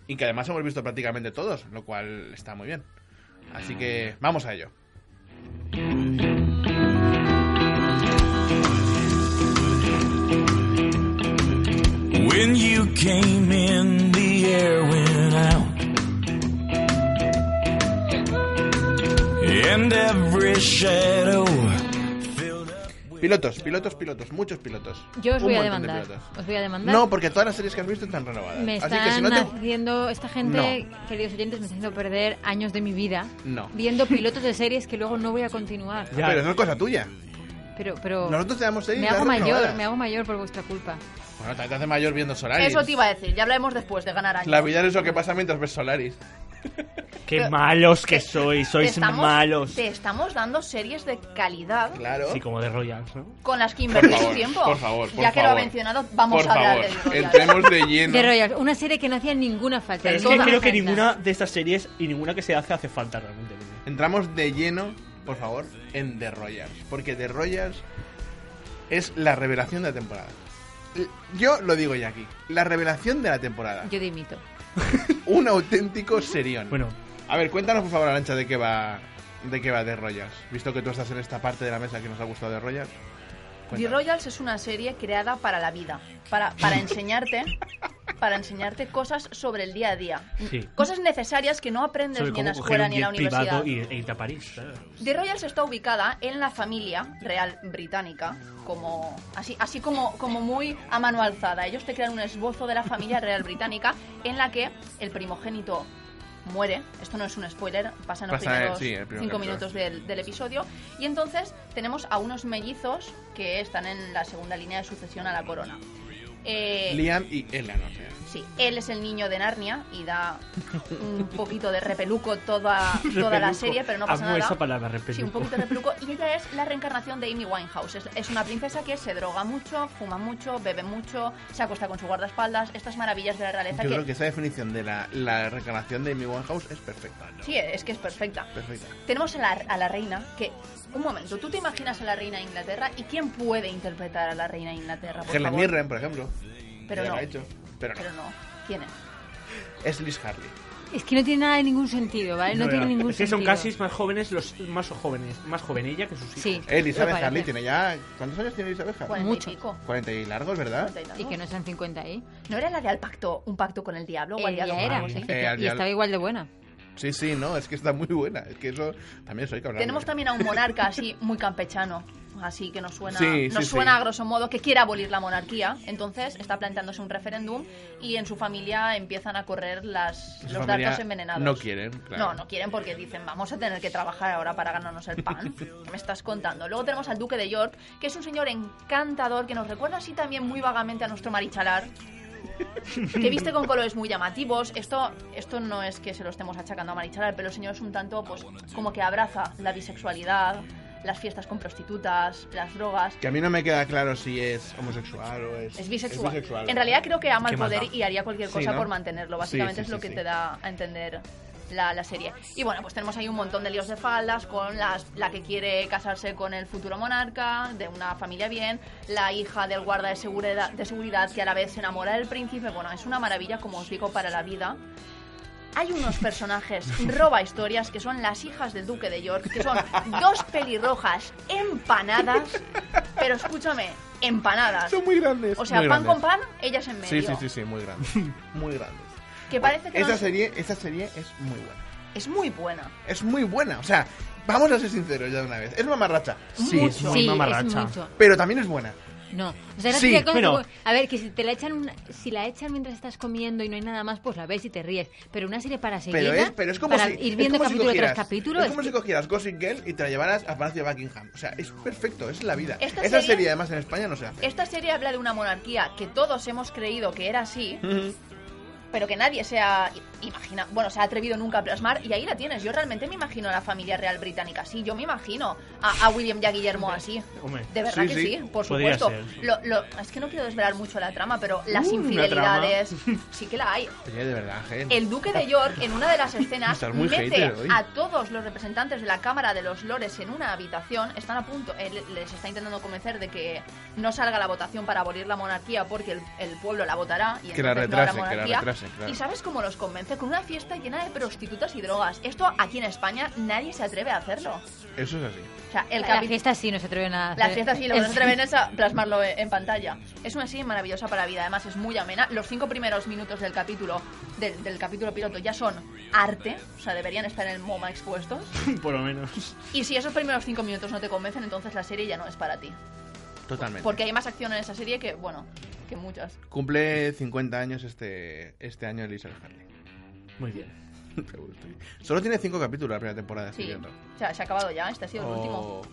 [SPEAKER 2] y que además hemos visto prácticamente todos, lo cual está muy bien. Así que vamos a ello.
[SPEAKER 6] When you came in, the air went out. And every shadow filled up with
[SPEAKER 2] Pilotos, pilotos, pilotos, muchos pilotos.
[SPEAKER 5] Yo os
[SPEAKER 2] Un
[SPEAKER 5] voy a
[SPEAKER 2] montón de
[SPEAKER 5] demandar.
[SPEAKER 2] pilotos.
[SPEAKER 5] Os voy a demandar.
[SPEAKER 2] No, porque todas las series que has visto están renovadas.
[SPEAKER 5] Me
[SPEAKER 2] Así
[SPEAKER 5] están
[SPEAKER 2] que si no te...
[SPEAKER 5] haciendo, esta gente, queridos oyentes, me está haciendo perder años de mi vida
[SPEAKER 2] No.
[SPEAKER 5] viendo pilotos de series que luego no voy a continuar.
[SPEAKER 4] Ya.
[SPEAKER 2] Pero eso es cosa tuya.
[SPEAKER 5] Pero, pero
[SPEAKER 2] Nosotros te damos series
[SPEAKER 5] me
[SPEAKER 2] y las
[SPEAKER 5] hago mayor,
[SPEAKER 2] renovadas.
[SPEAKER 5] me hago mayor por vuestra culpa.
[SPEAKER 2] Bueno, te, te hace mayor viendo Solaris.
[SPEAKER 3] Eso te iba a decir, ya hablaremos después de ganar años.
[SPEAKER 2] La vida es lo que pasa mientras ves Solaris.
[SPEAKER 4] Qué
[SPEAKER 3] Pero-
[SPEAKER 4] malos que
[SPEAKER 3] Te-
[SPEAKER 4] sois, sois
[SPEAKER 3] te estamos-
[SPEAKER 4] malos.
[SPEAKER 3] Te estamos dando series de calidad
[SPEAKER 2] Claro.
[SPEAKER 4] Sí, como de Royals, ¿no?
[SPEAKER 3] con las que
[SPEAKER 2] Por
[SPEAKER 3] invertís
[SPEAKER 2] favor,
[SPEAKER 3] tiempo.
[SPEAKER 2] por favor, por
[SPEAKER 3] ya que lo ha
[SPEAKER 2] favor.
[SPEAKER 3] mencionado, vamos
[SPEAKER 2] por
[SPEAKER 3] a
[SPEAKER 2] favor,
[SPEAKER 3] hablar de Disney.
[SPEAKER 2] entremos de lleno.
[SPEAKER 5] De Royals, una serie que no hacía ninguna falta.
[SPEAKER 4] Pero es que
[SPEAKER 5] todas
[SPEAKER 4] creo que
[SPEAKER 5] faltan.
[SPEAKER 4] ninguna de estas series y ninguna que se hace hace falta realmente.
[SPEAKER 2] Entramos de lleno, por favor, en The Royals. Porque The Royals es la revelación de la temporada. L- Yo lo digo ya aquí. La revelación de la temporada.
[SPEAKER 5] Yo te imito.
[SPEAKER 2] Un auténtico serión.
[SPEAKER 4] Bueno,
[SPEAKER 2] A ver, cuéntanos por favor, Arancha, de qué va de qué va The Royals. Visto que tú estás en esta parte de la mesa que nos ha gustado The Royals.
[SPEAKER 3] The
[SPEAKER 2] cuéntanos.
[SPEAKER 3] Royals es una serie creada para la vida, para, para enseñarte para enseñarte cosas sobre el día a día.
[SPEAKER 4] Sí.
[SPEAKER 3] Cosas necesarias que no aprendes
[SPEAKER 4] sobre
[SPEAKER 3] Mm. ni en la
[SPEAKER 4] cómo coger
[SPEAKER 3] escuela
[SPEAKER 4] un
[SPEAKER 3] ni en la
[SPEAKER 4] jet
[SPEAKER 3] universidad.
[SPEAKER 4] privado y, e irte a París. claro.
[SPEAKER 3] The Royals está ubicada en la familia real británica, como así, así como, como muy a mano alzada. Ellos te crean un esbozo de la familia real británica en la que el primogénito muere. Esto no es un spoiler, pasa en los
[SPEAKER 2] Pasa, eh,
[SPEAKER 3] primeros
[SPEAKER 2] sí, el primer
[SPEAKER 3] cinco
[SPEAKER 2] capítulo.
[SPEAKER 3] minutos del, del episodio. Y entonces tenemos a unos mellizos que están en la segunda línea de sucesión a la corona. Eh,
[SPEAKER 2] Liam y Eleanor. eh.
[SPEAKER 3] Sí, él es el niño de Narnia y da un poquito de repeluco toda, toda la
[SPEAKER 4] Repeluco.
[SPEAKER 3] serie, pero no pasa
[SPEAKER 4] Amo
[SPEAKER 3] nada.
[SPEAKER 4] esa palabra, repeluco.
[SPEAKER 3] Sí, un poquito de repeluco. Y ella es la reencarnación de Amy Winehouse. Es, es una princesa que se droga mucho, fuma mucho, bebe mucho, se acuesta con su guardaespaldas. Estas maravillas de la realeza
[SPEAKER 2] Yo
[SPEAKER 3] que...
[SPEAKER 2] creo que esa definición de la, la reclamación de Amy Winehouse es perfecta.
[SPEAKER 3] Sí, es que es perfecta.
[SPEAKER 2] Perfecta.
[SPEAKER 3] Tenemos a la, a la reina que... Un momento, ¿tú te imaginas a la reina de Inglaterra? ¿Y quién puede interpretar a la reina de Inglaterra, por
[SPEAKER 2] Helen
[SPEAKER 3] favor?
[SPEAKER 2] Mirren, por ejemplo.
[SPEAKER 3] Pero
[SPEAKER 2] ya
[SPEAKER 3] no.
[SPEAKER 2] lo ha hecho. Pero no.
[SPEAKER 3] Pero no. ¿Quién es?
[SPEAKER 2] Es Liz Harley.
[SPEAKER 5] Es que no tiene nada de ningún sentido, ¿vale? No, tiene ningún
[SPEAKER 4] es que son
[SPEAKER 5] sentido.
[SPEAKER 4] casi más jóvenes, los más jóvenes, más joven ella que sus hijos.
[SPEAKER 5] Sí.
[SPEAKER 2] Eh, Elizabeth
[SPEAKER 5] lo parece.
[SPEAKER 2] Harley tiene ya. ¿Cuántos años tiene Elizabeth Harley?
[SPEAKER 3] Cuarenta y
[SPEAKER 5] Mucho.
[SPEAKER 3] pico.
[SPEAKER 2] 40 y largos, ¿verdad?
[SPEAKER 3] Cuarenta
[SPEAKER 5] Y que
[SPEAKER 3] tantos.
[SPEAKER 5] no sean 50 ahí.
[SPEAKER 3] ¿No era la de al pacto, un pacto con el diablo? o al
[SPEAKER 5] Ella
[SPEAKER 3] diablo
[SPEAKER 5] era.
[SPEAKER 3] con algo así?
[SPEAKER 2] Eh, al
[SPEAKER 5] y
[SPEAKER 2] diablo.
[SPEAKER 5] estaba igual de buena.
[SPEAKER 2] Sí, sí, no, es que está muy buena. Es que eso también soy cabrón. ¿eh?
[SPEAKER 3] Tenemos también a un monarca así muy campechano, así que nos suena,
[SPEAKER 2] Sí,
[SPEAKER 3] nos
[SPEAKER 2] sí,
[SPEAKER 3] suena
[SPEAKER 2] sí.
[SPEAKER 3] a grosso modo que quiere abolir la monarquía. Entonces está planteándose un referéndum y en su familia empiezan a correr las,
[SPEAKER 2] Su
[SPEAKER 3] los
[SPEAKER 2] familia
[SPEAKER 3] datos envenenados.
[SPEAKER 2] no quieren, claro.
[SPEAKER 3] No, no quieren porque dicen vamos a tener que trabajar ahora para ganarnos el pan. ¿Qué me estás contando? Luego tenemos al duque de York, que es un señor encantador que nos recuerda así también muy vagamente a nuestro marichalar. que viste con colores muy llamativos. Esto, esto no es que se lo estemos achacando a Marichalar, pero el señor es un tanto, pues, como que abraza la bisexualidad, las fiestas con prostitutas, las drogas.
[SPEAKER 2] Que a mí no me queda claro si es homosexual o es.
[SPEAKER 3] Es bisexual.
[SPEAKER 2] es bisexual.
[SPEAKER 3] En realidad creo que ama el
[SPEAKER 4] Qué maldad.
[SPEAKER 3] poder y haría cualquier
[SPEAKER 2] Sí,
[SPEAKER 3] cosa
[SPEAKER 2] ¿no?
[SPEAKER 3] por mantenerlo.
[SPEAKER 2] Sí,
[SPEAKER 3] Básicamente
[SPEAKER 2] sí,
[SPEAKER 3] es lo
[SPEAKER 2] sí,
[SPEAKER 3] que
[SPEAKER 2] sí.
[SPEAKER 3] te da a entender la, la serie. Y bueno, pues tenemos ahí un montón de líos de faldas con las, la que quiere casarse con el futuro monarca, de una familia bien, la hija del guarda de seguridad, de seguridad que a la vez se enamora del príncipe. Bueno, es una maravilla, como os digo, para la vida. Hay unos personajes roba historias que son las hijas del duque de York, que son dos pelirrojas empanadas, pero escúchame, empanadas.
[SPEAKER 2] Son muy grandes.
[SPEAKER 3] O sea,
[SPEAKER 2] muy
[SPEAKER 3] pan
[SPEAKER 2] grandes.
[SPEAKER 3] con pan, ellas en medio.
[SPEAKER 2] Sí, sí, sí, sí, muy grandes. muy grandes.
[SPEAKER 3] Que parece que no
[SPEAKER 2] Esta
[SPEAKER 3] es-
[SPEAKER 2] serie, esta serie es muy buena.
[SPEAKER 3] es muy buena.
[SPEAKER 2] Es muy buena. O sea, vamos a ser sinceros ya de una vez. Es mamarracha.
[SPEAKER 4] Sí, es muy
[SPEAKER 5] sí,
[SPEAKER 4] mamarracha.
[SPEAKER 5] es mucho.
[SPEAKER 2] Pero también es buena.
[SPEAKER 5] No. O sea, la
[SPEAKER 2] Sí,
[SPEAKER 5] típica cosa
[SPEAKER 4] bueno.
[SPEAKER 5] que- a ver, que si te la echan una- si la echan mientras estás comiendo y no hay nada más, pues la ves y te ríes. Pero una serie para seguida,
[SPEAKER 2] Pero es, pero es como
[SPEAKER 5] para
[SPEAKER 2] si.
[SPEAKER 5] ir
[SPEAKER 2] es
[SPEAKER 5] viendo
[SPEAKER 2] como si
[SPEAKER 5] capítulo tras
[SPEAKER 2] cogieras-
[SPEAKER 5] capítulo,
[SPEAKER 2] Es como
[SPEAKER 5] es
[SPEAKER 2] si
[SPEAKER 5] que-
[SPEAKER 2] cogieras Gossip Girl y te la llevaras a Palacio de Buckingham. O sea, es perfecto, es la vida.
[SPEAKER 3] Esta
[SPEAKER 2] Esa
[SPEAKER 3] serie-
[SPEAKER 2] serie, además, en España no se hace.
[SPEAKER 3] Esta serie habla de una monarquía que todos hemos creído que era así, pero que nadie se ha i- imagina, bueno, se ha atrevido nunca a plasmar y ahí la tienes. Yo realmente me imagino a la familia real británica así, yo me imagino a, a William y a Guillermo así.
[SPEAKER 4] Hombre.
[SPEAKER 3] De verdad
[SPEAKER 2] Sí,
[SPEAKER 3] que
[SPEAKER 2] sí.
[SPEAKER 3] sí, por
[SPEAKER 4] Podría
[SPEAKER 3] supuesto.
[SPEAKER 4] ser.
[SPEAKER 3] Lo- lo- es que no quiero desvelar mucho la trama, pero las
[SPEAKER 4] Uh, una
[SPEAKER 3] infidelidades sí que la hay.
[SPEAKER 2] Oye, de verdad, gente.
[SPEAKER 3] El duque de York, en una de las escenas,
[SPEAKER 2] Estás muy
[SPEAKER 3] mete
[SPEAKER 2] hater hoy.
[SPEAKER 3] a todos los representantes de la Cámara de los Lores en una habitación. Están a punto, él les está intentando convencer de que no salga la votación para abolir la monarquía porque el, el pueblo la votará y
[SPEAKER 2] Que la
[SPEAKER 3] entonces no habrá
[SPEAKER 2] retrasen, que la
[SPEAKER 3] monarquía.
[SPEAKER 2] retrasen, claro.
[SPEAKER 3] Y sabes cómo los convence con una fiesta llena de prostitutas y drogas. Esto aquí en España nadie se atreve a hacerlo.
[SPEAKER 2] Eso es así.
[SPEAKER 3] O sea, el
[SPEAKER 5] la
[SPEAKER 3] capi-
[SPEAKER 5] fiesta sí no se atreve nada. a
[SPEAKER 3] la
[SPEAKER 5] hacer.
[SPEAKER 3] fiesta sí, lo
[SPEAKER 5] El-
[SPEAKER 3] que no se atreven es a plasmarlo en en pantalla. Es una serie maravillosa para la vida, además es muy amena. Los cinco primeros minutos del capítulo del, del capítulo piloto ya son arte, o sea, deberían estar en el MoMA expuestos.
[SPEAKER 4] Por lo menos.
[SPEAKER 3] Y si esos primeros cinco minutos no te convencen, entonces la serie ya no es para ti.
[SPEAKER 2] Totalmente.
[SPEAKER 3] Porque hay más acción en esa serie que, bueno, que muchas.
[SPEAKER 2] Cumple 50 años este, este año Elisa Harley.
[SPEAKER 4] Muy bien.
[SPEAKER 2] Solo tiene 5 capítulos la primera temporada. estoy
[SPEAKER 3] Sí.
[SPEAKER 2] viendo.
[SPEAKER 3] O sea, se ha acabado ya. Este ha sido el último.
[SPEAKER 2] O,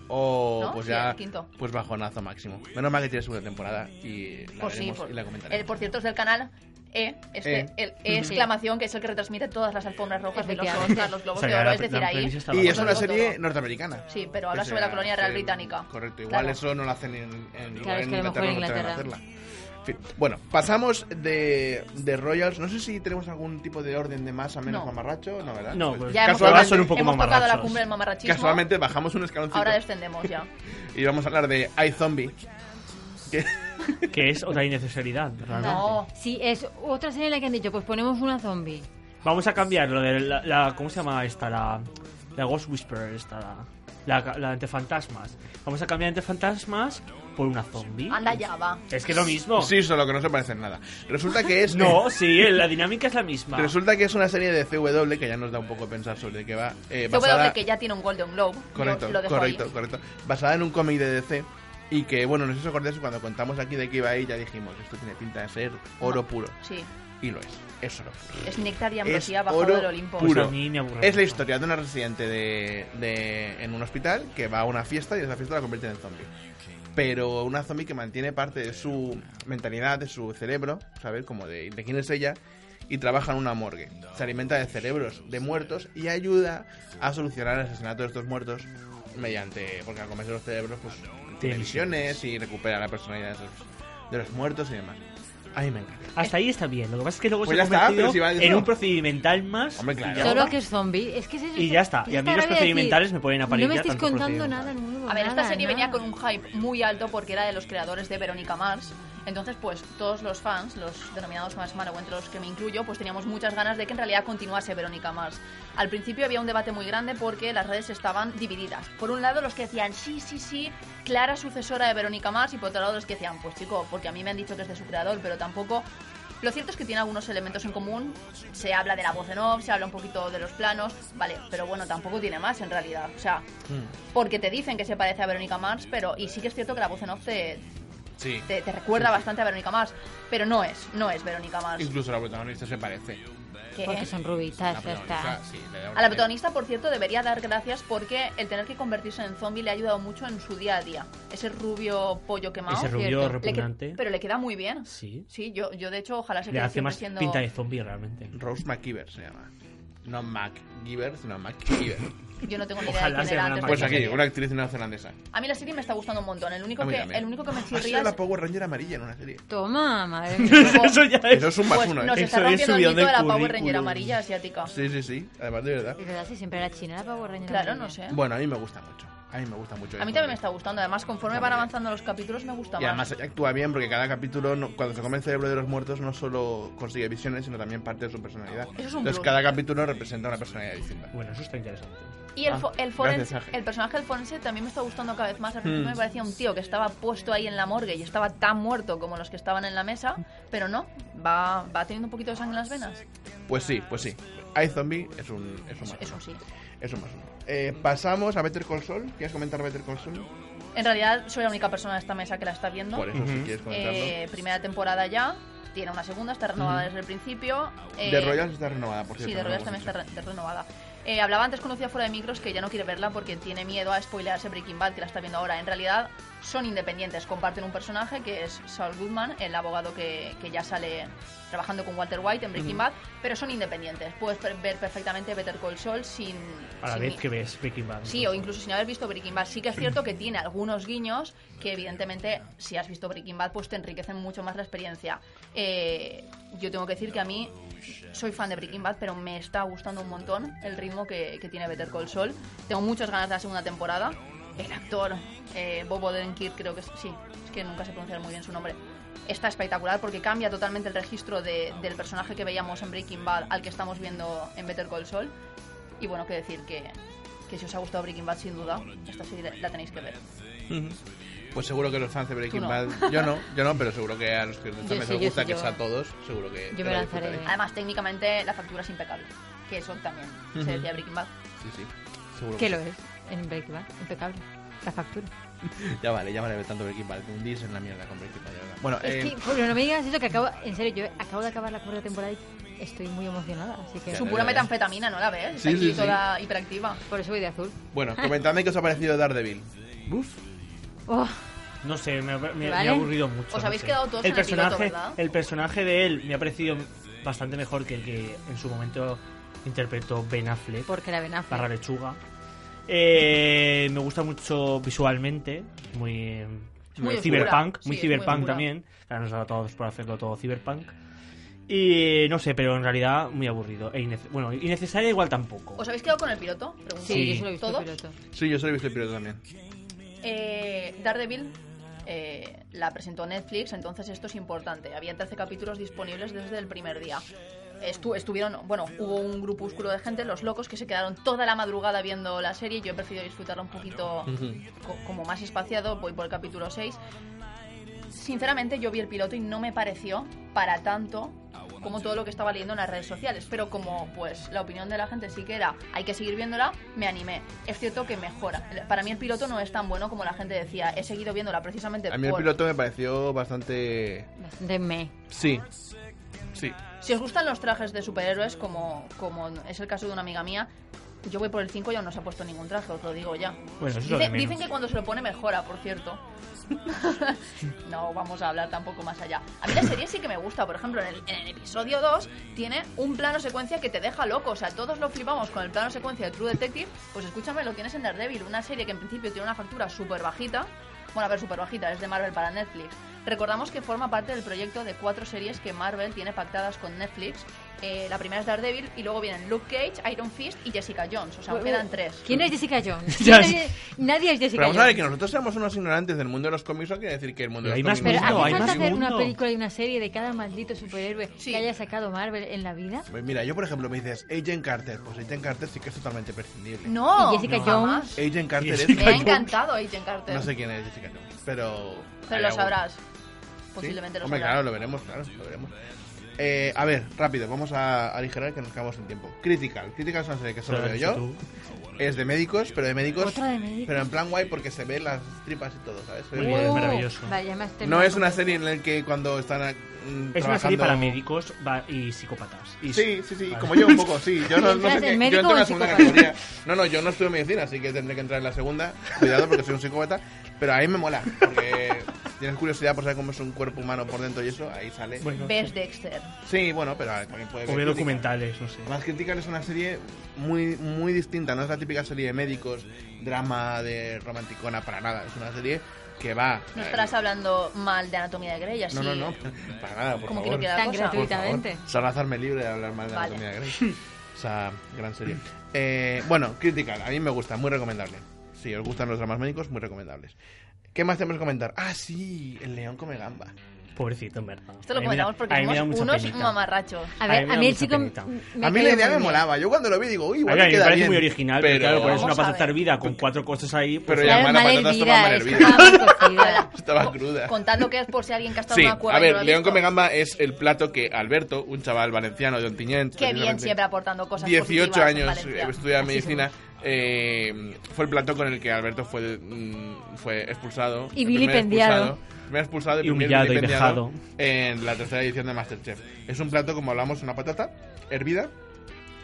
[SPEAKER 2] o
[SPEAKER 3] ¿No?
[SPEAKER 2] pues
[SPEAKER 3] Sí,
[SPEAKER 2] ya,
[SPEAKER 3] el quinto.
[SPEAKER 2] pues bajonazo máximo. Menos mal que tiene segunda temporada y la
[SPEAKER 3] Pues sí,
[SPEAKER 2] veremos
[SPEAKER 3] por,
[SPEAKER 2] y la comentaremos.
[SPEAKER 3] el, por cierto, es del canal E, es que
[SPEAKER 2] E.
[SPEAKER 3] el E exclamación, que es el que retransmite todas las alfombras rojas de los
[SPEAKER 5] Efectivamente.
[SPEAKER 3] Oscars, los
[SPEAKER 4] O
[SPEAKER 3] Globos
[SPEAKER 4] sea,
[SPEAKER 3] de
[SPEAKER 4] que
[SPEAKER 3] Oro,
[SPEAKER 4] la-
[SPEAKER 3] es decir,
[SPEAKER 4] la
[SPEAKER 3] ahí.
[SPEAKER 4] premisa está
[SPEAKER 2] Y
[SPEAKER 4] bajo.
[SPEAKER 2] es una
[SPEAKER 3] Todo,
[SPEAKER 2] serie
[SPEAKER 3] todo.
[SPEAKER 2] norteamericana.
[SPEAKER 3] Sí, pero habla
[SPEAKER 2] Que
[SPEAKER 3] sobre la
[SPEAKER 2] se
[SPEAKER 3] colonia real
[SPEAKER 2] hace-
[SPEAKER 3] británica.
[SPEAKER 2] Correcto, igual
[SPEAKER 3] Claro.
[SPEAKER 2] eso no lo hacen en, en,
[SPEAKER 5] Claro, es
[SPEAKER 2] en
[SPEAKER 5] que a lo
[SPEAKER 2] Inglaterra,
[SPEAKER 5] mejor en
[SPEAKER 2] no saben
[SPEAKER 5] Inglaterra.
[SPEAKER 2] hacerla. En fin, Bueno, pasamos de, de Royals. No sé si tenemos algún tipo de orden de más a menos
[SPEAKER 3] No.
[SPEAKER 2] mamarracho, no, ¿verdad?
[SPEAKER 4] No,
[SPEAKER 2] Pues
[SPEAKER 4] pues
[SPEAKER 3] Ya hemos,
[SPEAKER 4] Casualmente-
[SPEAKER 3] tocado-
[SPEAKER 4] un poco
[SPEAKER 3] hemos tocado la
[SPEAKER 4] mamarrachos.
[SPEAKER 3] cumbre del mamarrachismo.
[SPEAKER 2] casualmente bajamos un escaloncito
[SPEAKER 3] Ahora este. descendemos ya.
[SPEAKER 2] y vamos a hablar de iZombie. Que,
[SPEAKER 4] Que es otra innecesidad, realmente.
[SPEAKER 3] No.
[SPEAKER 5] Sí, es otra serie en la que han dicho, pues ponemos una zombie.
[SPEAKER 4] Vamos a cambiar lo de la, la- ¿Cómo se llama esta? La, la Ghost Whisperer, esta. La, la, la antefantasmas. Vamos a cambiar antefantasmas por una zombie.
[SPEAKER 2] pues,
[SPEAKER 3] Anda ya, va.
[SPEAKER 4] Es que es lo mismo.
[SPEAKER 2] Sí, solo que no se parece en nada. Resulta que es...
[SPEAKER 4] No, sí, la dinámica es la misma.
[SPEAKER 2] Resulta que es una serie de CW que ya nos da un poco pensar sobre de qué va. eh,
[SPEAKER 3] CW
[SPEAKER 2] basada-
[SPEAKER 3] que ya tiene un Golden Globe. Yo
[SPEAKER 2] Correcto,
[SPEAKER 3] lo dejo
[SPEAKER 2] correcto,
[SPEAKER 3] ahí.
[SPEAKER 2] correcto. Basada en un cómic de DC. Y que, bueno, no sé si os acordáis, cuando contamos aquí de que iba ahí, ya dijimos, esto tiene pinta de ser oro puro.
[SPEAKER 3] Sí,
[SPEAKER 2] Y lo es, es oro puro.
[SPEAKER 3] es Nectar y
[SPEAKER 2] Es
[SPEAKER 3] Ambrosía bajado
[SPEAKER 2] oro
[SPEAKER 3] del Olimpo.
[SPEAKER 4] Pues
[SPEAKER 2] puro.
[SPEAKER 4] a mí me aburre
[SPEAKER 2] Es la
[SPEAKER 4] mucho.
[SPEAKER 2] historia de una residente de, de- en un hospital que va a una fiesta y esa fiesta la convierte en zombie. Pero una zombie que mantiene parte de su mentalidad, de su cerebro, saber como de, de quién es ella, y trabaja en una morgue. Se alimenta de cerebros de muertos y ayuda a solucionar el asesinato de estos muertos mediante, porque al comerse los cerebros, pues tiene visiones y recupera la personalidad de, esos- de los muertos y demás. A mí me encanta.
[SPEAKER 4] Hasta ahí está bien. Lo que pasa es que luego
[SPEAKER 2] Pues
[SPEAKER 4] se
[SPEAKER 2] ya
[SPEAKER 4] ha
[SPEAKER 2] está,
[SPEAKER 4] convertido
[SPEAKER 2] pero si va a decir
[SPEAKER 4] en
[SPEAKER 2] no.
[SPEAKER 4] un procedimental más.
[SPEAKER 2] Hombre, claro.
[SPEAKER 4] y ya
[SPEAKER 5] Solo
[SPEAKER 4] está.
[SPEAKER 5] que es zombie. Es que es eso.
[SPEAKER 4] Y ya está. Y a mí
[SPEAKER 5] Ahora
[SPEAKER 4] los
[SPEAKER 5] voy decir,
[SPEAKER 4] procedimentales me pueden aparillar
[SPEAKER 5] No me estáis
[SPEAKER 4] tanto
[SPEAKER 5] contando nada
[SPEAKER 4] procedimental.
[SPEAKER 5] nuevo.
[SPEAKER 3] A ver, esta
[SPEAKER 5] nada,
[SPEAKER 3] serie venía
[SPEAKER 5] nada.
[SPEAKER 3] con un hype muy alto porque era de los creadores de Verónica Mars. Entonces, pues todos los fans, los denominados más malo, entre los que me incluyo, pues teníamos muchas ganas de que en realidad continuase Verónica Mars. Al principio había un debate muy grande porque las redes estaban divididas. Por un lado, los que decían, sí, sí, sí, clara sucesora de Verónica Mars, y por otro lado, los que decían, pues chico, porque a mí me han dicho que es de su creador, pero tampoco lo cierto es que tiene algunos elementos en común. Se habla de la voz en off, se habla un poquito de los planos, vale, pero bueno, tampoco tiene más en realidad. O sea, porque te dicen que se parece a Verónica Mars, pero. Y sí que es cierto que la voz en off te,
[SPEAKER 2] Sí.
[SPEAKER 3] te, te recuerda bastante a Verónica Mars, pero no es, no es Verónica Mars.
[SPEAKER 2] Incluso la protagonista se parece.
[SPEAKER 3] ¿Qué?
[SPEAKER 5] Porque son
[SPEAKER 2] Ah,
[SPEAKER 5] rubitas, ya está.
[SPEAKER 3] A la protagonista, por cierto, debería dar gracias porque el tener que convertirse en zombie le ha ayudado mucho en su día a día. Ese rubio pollo quemado.
[SPEAKER 4] Ese rubio
[SPEAKER 5] cierto.
[SPEAKER 3] le que-
[SPEAKER 4] repugnante.
[SPEAKER 3] pero le queda muy bien.
[SPEAKER 4] Sí.
[SPEAKER 3] Sí, yo, yo de hecho ojalá se
[SPEAKER 4] Le
[SPEAKER 3] quede
[SPEAKER 4] hace
[SPEAKER 3] siempre
[SPEAKER 4] más
[SPEAKER 3] siendo...
[SPEAKER 4] pinta de zombie realmente.
[SPEAKER 2] Rose McKeever se llama. No McGiver, sino McKeever.
[SPEAKER 3] Yo no tengo ni idea
[SPEAKER 4] Ojalá
[SPEAKER 3] de
[SPEAKER 4] se
[SPEAKER 3] quién era
[SPEAKER 4] llamara
[SPEAKER 3] antes. de
[SPEAKER 2] pues
[SPEAKER 3] la
[SPEAKER 4] Mac-
[SPEAKER 2] aquí,
[SPEAKER 3] serie.
[SPEAKER 2] una actriz neozelandesa.
[SPEAKER 3] A mí la serie me está gustando un montón. El único,
[SPEAKER 2] A mí
[SPEAKER 3] que,
[SPEAKER 2] también.
[SPEAKER 3] el único que me
[SPEAKER 2] Ha sido
[SPEAKER 3] chirría es...
[SPEAKER 2] la Power Ranger amarilla en una serie.
[SPEAKER 5] Toma, madre mía.
[SPEAKER 3] Oh.
[SPEAKER 4] Eso ya es.
[SPEAKER 2] Eso es un más
[SPEAKER 3] Pues
[SPEAKER 2] uno,
[SPEAKER 3] nos
[SPEAKER 2] ¿eh?
[SPEAKER 3] está
[SPEAKER 4] Eso es
[SPEAKER 3] rompiendo el
[SPEAKER 4] subidón
[SPEAKER 3] mito de
[SPEAKER 4] del
[SPEAKER 3] la Power
[SPEAKER 4] currículum.
[SPEAKER 3] Ranger amarilla asiática.
[SPEAKER 2] Sí, sí, sí. Además, de verdad.
[SPEAKER 5] De verdad, si siempre era china la Power Ranger
[SPEAKER 3] Claro,
[SPEAKER 5] amarilla.
[SPEAKER 3] no sé.
[SPEAKER 2] Bueno, a mí me gusta mucho. A mí me gusta mucho.
[SPEAKER 3] A mí también me está gustando. Además, conforme van avanzando los capítulos, me gusta
[SPEAKER 2] Y además
[SPEAKER 3] más.
[SPEAKER 2] ella actúa bien porque cada capítulo, no- cuando se come el cerebro de los muertos, no solo consigue visiones, sino también parte de su personalidad.
[SPEAKER 3] Eso es un
[SPEAKER 2] Entonces
[SPEAKER 3] plus.
[SPEAKER 2] cada capítulo representa una personalidad distinta.
[SPEAKER 4] Bueno, eso está interesante.
[SPEAKER 3] Y el,
[SPEAKER 2] Ah,
[SPEAKER 3] fo- el, forense-
[SPEAKER 2] gracias, Ángel.
[SPEAKER 3] el personaje del forense también me está gustando cada vez más. Al
[SPEAKER 2] Mm.
[SPEAKER 3] principio me parecía un tío que estaba puesto ahí en la morgue y estaba tan muerto como los que estaban en la mesa, pero no, va, va teniendo un poquito de sangre en las venas.
[SPEAKER 2] Pues sí, pues sí. iZombie es un, es un más
[SPEAKER 3] Es
[SPEAKER 2] uno.
[SPEAKER 3] un sí.
[SPEAKER 2] Es un más uno. Eh, pasamos a Better Call Saul. ¿Quieres comentar Better Call Saul?
[SPEAKER 3] En realidad, soy la única persona de esta mesa que la está viendo.
[SPEAKER 2] Por eso, si quieres comentarlo.
[SPEAKER 3] Eh, primera temporada ya, tiene una segunda, está renovada desde el principio. Eh,
[SPEAKER 2] De Royals está renovada, por cierto.
[SPEAKER 3] Sí, de
[SPEAKER 2] no lo
[SPEAKER 3] Royals
[SPEAKER 2] hemos
[SPEAKER 3] también está
[SPEAKER 2] dicho.
[SPEAKER 3] re- de renovada. Eh, hablaba antes con Lucía fuera de micros que ya no quiere verla porque tiene miedo a spoilearse Breaking Bad, que la está viendo ahora. En realidad son independientes, comparten un personaje que es Saul Goodman, el abogado que, que ya sale trabajando con Walter White en Breaking Bad, pero son independientes. Puedes per- ver perfectamente Better Call Saul sin...
[SPEAKER 4] A la
[SPEAKER 3] sin
[SPEAKER 4] vez
[SPEAKER 3] ni-
[SPEAKER 4] que ves Breaking Bad.
[SPEAKER 3] Sí, o incluso sin haber visto Breaking Bad. Sí que es cierto que tiene algunos guiños que, evidentemente, si has visto Breaking Bad, pues te enriquecen mucho más la experiencia. Eh, yo tengo que decir que a mí soy fan de Breaking Bad, pero me está gustando un montón el ritmo que, que tiene Better Call Saul. Tengo muchas ganas de la segunda temporada. El actor, eh, Bob Odenkirk, creo que es, sí, es que nunca sé pronunciar muy bien su nombre. Está espectacular porque cambia totalmente el registro de- del personaje que veíamos en Breaking Bad al que estamos viendo en Better Call Saul. Y bueno, que decir que, que si os ha gustado Breaking Bad, sin duda, esta serie la- la tenéis que ver.
[SPEAKER 2] Pues seguro que los fans de Breaking
[SPEAKER 3] Tú no.
[SPEAKER 2] Bad. Yo no, yo no, pero seguro que a los que
[SPEAKER 5] Yo
[SPEAKER 2] esta mesa
[SPEAKER 5] sí,
[SPEAKER 2] os
[SPEAKER 5] yo
[SPEAKER 2] gusta,
[SPEAKER 5] sí,
[SPEAKER 2] que
[SPEAKER 5] yo-
[SPEAKER 2] sea a todos, seguro que.
[SPEAKER 5] Yo
[SPEAKER 2] que
[SPEAKER 5] me
[SPEAKER 2] la
[SPEAKER 5] lanzaré.
[SPEAKER 2] disfrutaréis.
[SPEAKER 3] Además, técnicamente la factura es impecable, que eso también se decía Breaking Bad.
[SPEAKER 2] Sí, sí. Seguro
[SPEAKER 5] Que lo es. En Breaking Bad, impecable. la factura.
[SPEAKER 2] Ya vale, ya vale de tanto Breaking Bad. Te hundís en la mierda con Breaking Bad, de verdad. Bueno,
[SPEAKER 5] Es
[SPEAKER 2] eh,
[SPEAKER 5] que, Julio, no me digas eso que acabo, en serio, yo acabo de acabar la cuarta temporada y estoy muy emocionada, así que
[SPEAKER 2] Ya,
[SPEAKER 3] Su
[SPEAKER 2] no,
[SPEAKER 3] pura
[SPEAKER 2] ya, ya.
[SPEAKER 3] metanfetamina, ¿no la ves? Está
[SPEAKER 2] Sí,
[SPEAKER 3] aquí
[SPEAKER 2] sí, sí.
[SPEAKER 3] toda hiperactiva.
[SPEAKER 5] por eso voy de azul.
[SPEAKER 2] bueno, comentadme qué os ha parecido Daredevil. Uf.
[SPEAKER 5] Oh,
[SPEAKER 4] No sé, me, me- me
[SPEAKER 5] ¿Vale?
[SPEAKER 4] ha aburrido mucho.
[SPEAKER 3] Os
[SPEAKER 4] no
[SPEAKER 3] habéis
[SPEAKER 4] sé.
[SPEAKER 3] quedado todos
[SPEAKER 4] el
[SPEAKER 3] en el piloto,
[SPEAKER 4] personaje,
[SPEAKER 3] ¿verdad?
[SPEAKER 4] El personaje de él me ha parecido bastante mejor que el que en su momento interpretó Ben Affleck,
[SPEAKER 5] porque la Ben
[SPEAKER 4] barra
[SPEAKER 5] Affleck.
[SPEAKER 4] lechuga. Eh, me gusta mucho visualmente, muy, eh,
[SPEAKER 3] muy oscura,
[SPEAKER 4] cyberpunk, muy
[SPEAKER 3] sí,
[SPEAKER 4] cyberpunk
[SPEAKER 3] muy oscura.
[SPEAKER 4] también. Ahora nos ha dado todos por hacerlo todo cyberpunk. Y no sé, pero en realidad muy aburrido. E innece- bueno, innecesaria igual tampoco.
[SPEAKER 3] ¿Os habéis quedado con el piloto? Pregunto.
[SPEAKER 5] Sí,
[SPEAKER 4] Sí.
[SPEAKER 5] yo solo he visto el
[SPEAKER 3] ¿Todos?
[SPEAKER 5] piloto.
[SPEAKER 2] Sí, yo solo he visto el piloto también.
[SPEAKER 3] Eh, Daredevil eh, la presentó Netflix, entonces esto es importante. Había 13 capítulos disponibles desde el primer día. Estu- estuvieron, bueno, hubo un grupúsculo de gente, los locos, que se quedaron toda la madrugada viendo la serie. Yo he preferido disfrutarla un poquito co- como más espaciado, voy por el capítulo 6. Sinceramente, yo vi el piloto y no me pareció para tanto como todo lo que estaba leyendo en las redes sociales. Pero como pues la opinión de la gente sí que era hay que seguir viéndola, me animé. Es cierto que mejora. El- Para mí el piloto no es tan bueno como la gente decía. He seguido viéndola precisamente
[SPEAKER 2] A mí el
[SPEAKER 3] por-
[SPEAKER 2] piloto me pareció bastante.
[SPEAKER 5] Bastante me.
[SPEAKER 2] Sí. Sí.
[SPEAKER 3] Si os gustan los trajes de superhéroes, como, como es el caso de una amiga mía, yo voy por el 5 y aún no se ha puesto ningún traje, os lo digo ya.
[SPEAKER 4] Bueno, eso es
[SPEAKER 3] Dice-
[SPEAKER 4] lo de menos.
[SPEAKER 3] dicen que cuando se lo pone mejora, por cierto. no vamos a hablar tampoco más allá. A mí la serie sí que me gusta, por ejemplo, en el, en el episodio 2 tiene un plano secuencia que te deja loco. O sea, todos lo flipamos con el plano secuencia de True Detective. Pues escúchame, lo tienes en Daredevil, una serie que en principio tiene una factura súper bajita. Bueno, a ver, súper bajita, es de Marvel para Netflix. Recordamos que forma parte del proyecto de cuatro series que Marvel tiene pactadas con Netflix. Eh, la primera es Daredevil y luego vienen Luke Cage, Iron Fist y Jessica Jones. O sea, aún quedan tres.
[SPEAKER 5] ¿Quién es Jessica Jones?
[SPEAKER 4] Ya
[SPEAKER 5] ¿Quién
[SPEAKER 4] es-
[SPEAKER 5] es- Nadie es Jessica
[SPEAKER 2] Pero vamos a ver,
[SPEAKER 5] Jones.
[SPEAKER 2] que nosotros seamos unos ignorantes del mundo de los cómics, no quiere decir que el mundo de
[SPEAKER 4] Pero
[SPEAKER 2] los
[SPEAKER 4] hay más
[SPEAKER 2] cómics.
[SPEAKER 5] Pero
[SPEAKER 4] No,
[SPEAKER 5] ¿hace
[SPEAKER 4] hay
[SPEAKER 5] falta
[SPEAKER 4] más
[SPEAKER 5] hacer una
[SPEAKER 4] mundo.
[SPEAKER 5] película y una serie de cada maldito superhéroe
[SPEAKER 3] Sí.
[SPEAKER 5] que haya sacado Marvel en la vida?
[SPEAKER 2] Pues Mira, yo por ejemplo me dices Agent Carter. Pues Agent Carter sí que es totalmente prescindible.
[SPEAKER 3] No,
[SPEAKER 5] ¿Y Jessica
[SPEAKER 3] no,
[SPEAKER 5] Jones?
[SPEAKER 3] jamás.
[SPEAKER 2] Agent Carter es.
[SPEAKER 3] Me ha
[SPEAKER 4] Jones.
[SPEAKER 3] encantado Agent Carter.
[SPEAKER 2] No sé quién es Jessica Jones, pero.
[SPEAKER 3] pero
[SPEAKER 2] hay
[SPEAKER 3] lo
[SPEAKER 2] algún-
[SPEAKER 3] sabrás.
[SPEAKER 2] ¿Sí?
[SPEAKER 3] Posiblemente lo
[SPEAKER 2] Hombre,
[SPEAKER 3] sabrás.
[SPEAKER 2] claro, lo veremos, claro, lo veremos. Eh, a ver, rápido, vamos a aligerar que nos quedamos en tiempo. Critical. Critical es una serie que solo
[SPEAKER 4] Pero
[SPEAKER 2] veo
[SPEAKER 4] si
[SPEAKER 2] yo.
[SPEAKER 4] tú-
[SPEAKER 2] Es de médicos, pero de médicos.
[SPEAKER 5] ¿Otra de médicos?
[SPEAKER 2] Pero en plan guay porque se ven las tripas y todo, ¿sabes? Se ve
[SPEAKER 4] Muy
[SPEAKER 2] guay.
[SPEAKER 4] bien,
[SPEAKER 5] Oh,
[SPEAKER 4] maravilloso.
[SPEAKER 5] Vale, ya me has
[SPEAKER 2] No
[SPEAKER 5] terminado
[SPEAKER 2] es una
[SPEAKER 5] con-
[SPEAKER 2] serie en la que cuando están. mm,
[SPEAKER 4] Es una serie
[SPEAKER 2] trabajando-
[SPEAKER 4] para médicos va- y psicópatas. Y
[SPEAKER 2] Sí, sí, sí,
[SPEAKER 4] Vale.
[SPEAKER 2] como yo un poco, sí. Yo no, no
[SPEAKER 5] ¿Entras
[SPEAKER 2] sé
[SPEAKER 5] en
[SPEAKER 2] qué.
[SPEAKER 5] médico
[SPEAKER 2] Yo entro en
[SPEAKER 5] o
[SPEAKER 2] la
[SPEAKER 5] en
[SPEAKER 2] segunda
[SPEAKER 5] psicópata?
[SPEAKER 2] categoría. No, no, yo no estudio medicina, así que tendré que entrar en la segunda. Cuidado, porque soy un psicópata. Pero a mí me mola, porque tienes curiosidad por saber cómo es un cuerpo humano por dentro y eso, ahí sale.
[SPEAKER 4] Bueno,
[SPEAKER 3] Ves Dexter.
[SPEAKER 2] Sí, bueno, pero a ver, también puede
[SPEAKER 4] o ve
[SPEAKER 2] ver. Critical.
[SPEAKER 4] documentales, no sé.
[SPEAKER 2] Más Critical es una serie muy, muy distinta, no es la típica serie de médicos, drama de romanticona para nada. Es una serie que va.
[SPEAKER 3] No
[SPEAKER 2] eh,
[SPEAKER 3] estarás hablando mal de Anatomía de Grey, así.
[SPEAKER 2] no, no, no, para nada, por
[SPEAKER 3] Como
[SPEAKER 2] favor.
[SPEAKER 3] quiero quedar
[SPEAKER 5] Tan
[SPEAKER 3] cosa.
[SPEAKER 5] gratuito.
[SPEAKER 2] Por favor,
[SPEAKER 5] Gratuitamente.
[SPEAKER 2] Salazar me libre de hablar mal de
[SPEAKER 3] Vale.
[SPEAKER 2] Anatomía Grey. O sea, gran serie. Eh, bueno, Critical, a mí me gusta, muy recomendable. Si os gustan los dramas médicos, muy recomendables. ¿Qué más tenemos que comentar? Ah, sí, el león come gamba.
[SPEAKER 4] Pobrecito, en verdad.
[SPEAKER 3] Esto lo
[SPEAKER 4] A mí me da-
[SPEAKER 3] comentamos porque
[SPEAKER 4] a mí me
[SPEAKER 3] somos
[SPEAKER 4] da mucha
[SPEAKER 3] unos
[SPEAKER 4] penita.
[SPEAKER 3] mamarrachos.
[SPEAKER 5] A
[SPEAKER 4] A mí
[SPEAKER 5] ver,
[SPEAKER 4] me
[SPEAKER 5] a
[SPEAKER 4] da
[SPEAKER 5] mí el
[SPEAKER 4] mucha
[SPEAKER 5] chico.
[SPEAKER 4] penita.
[SPEAKER 5] me
[SPEAKER 2] A mí
[SPEAKER 5] cayó
[SPEAKER 2] la idea
[SPEAKER 5] muy
[SPEAKER 2] me
[SPEAKER 5] bien.
[SPEAKER 2] molaba. Yo cuando lo vi digo, uy,
[SPEAKER 4] A
[SPEAKER 2] igual
[SPEAKER 4] ver, a
[SPEAKER 2] me
[SPEAKER 4] mí me
[SPEAKER 2] queda
[SPEAKER 4] parece
[SPEAKER 2] bien.
[SPEAKER 4] muy original, pero, claro, pones una
[SPEAKER 3] Vamos a
[SPEAKER 4] patata
[SPEAKER 3] ver.
[SPEAKER 4] hervida con cuatro cosas ahí. pues,
[SPEAKER 2] Pero
[SPEAKER 5] Era
[SPEAKER 2] llamar a
[SPEAKER 5] mal
[SPEAKER 2] patatas tomaban
[SPEAKER 5] hervida, es que
[SPEAKER 2] hervida.
[SPEAKER 5] estaba mal cocida.
[SPEAKER 2] Estaba cruda.
[SPEAKER 3] Contad lo que es por si alguien que ha estado
[SPEAKER 2] Sí,
[SPEAKER 3] en una cueva.
[SPEAKER 2] a
[SPEAKER 3] y no lo
[SPEAKER 2] ver,
[SPEAKER 3] ha
[SPEAKER 2] León
[SPEAKER 3] visto.
[SPEAKER 2] Come Gamba es el plato que Alberto, un chaval valenciano de Ontinyent...
[SPEAKER 3] Qué bien
[SPEAKER 2] precisamente,
[SPEAKER 3] siempre aportando cosas
[SPEAKER 2] 18
[SPEAKER 3] positivas en
[SPEAKER 2] años
[SPEAKER 3] Valencia.
[SPEAKER 2] eh, estudia medicina. eh, fue el plato con el que Alberto fue, mm, fue expulsado.
[SPEAKER 5] Y
[SPEAKER 2] el primer
[SPEAKER 5] vilipendiado.
[SPEAKER 2] expulsado- primer expulsado y,
[SPEAKER 4] Y
[SPEAKER 2] primer
[SPEAKER 4] humillado y
[SPEAKER 2] vilipendiado
[SPEAKER 4] vejado.
[SPEAKER 2] En la tercera edición de Masterchef. Es un plato, como hablamos, una patata hervida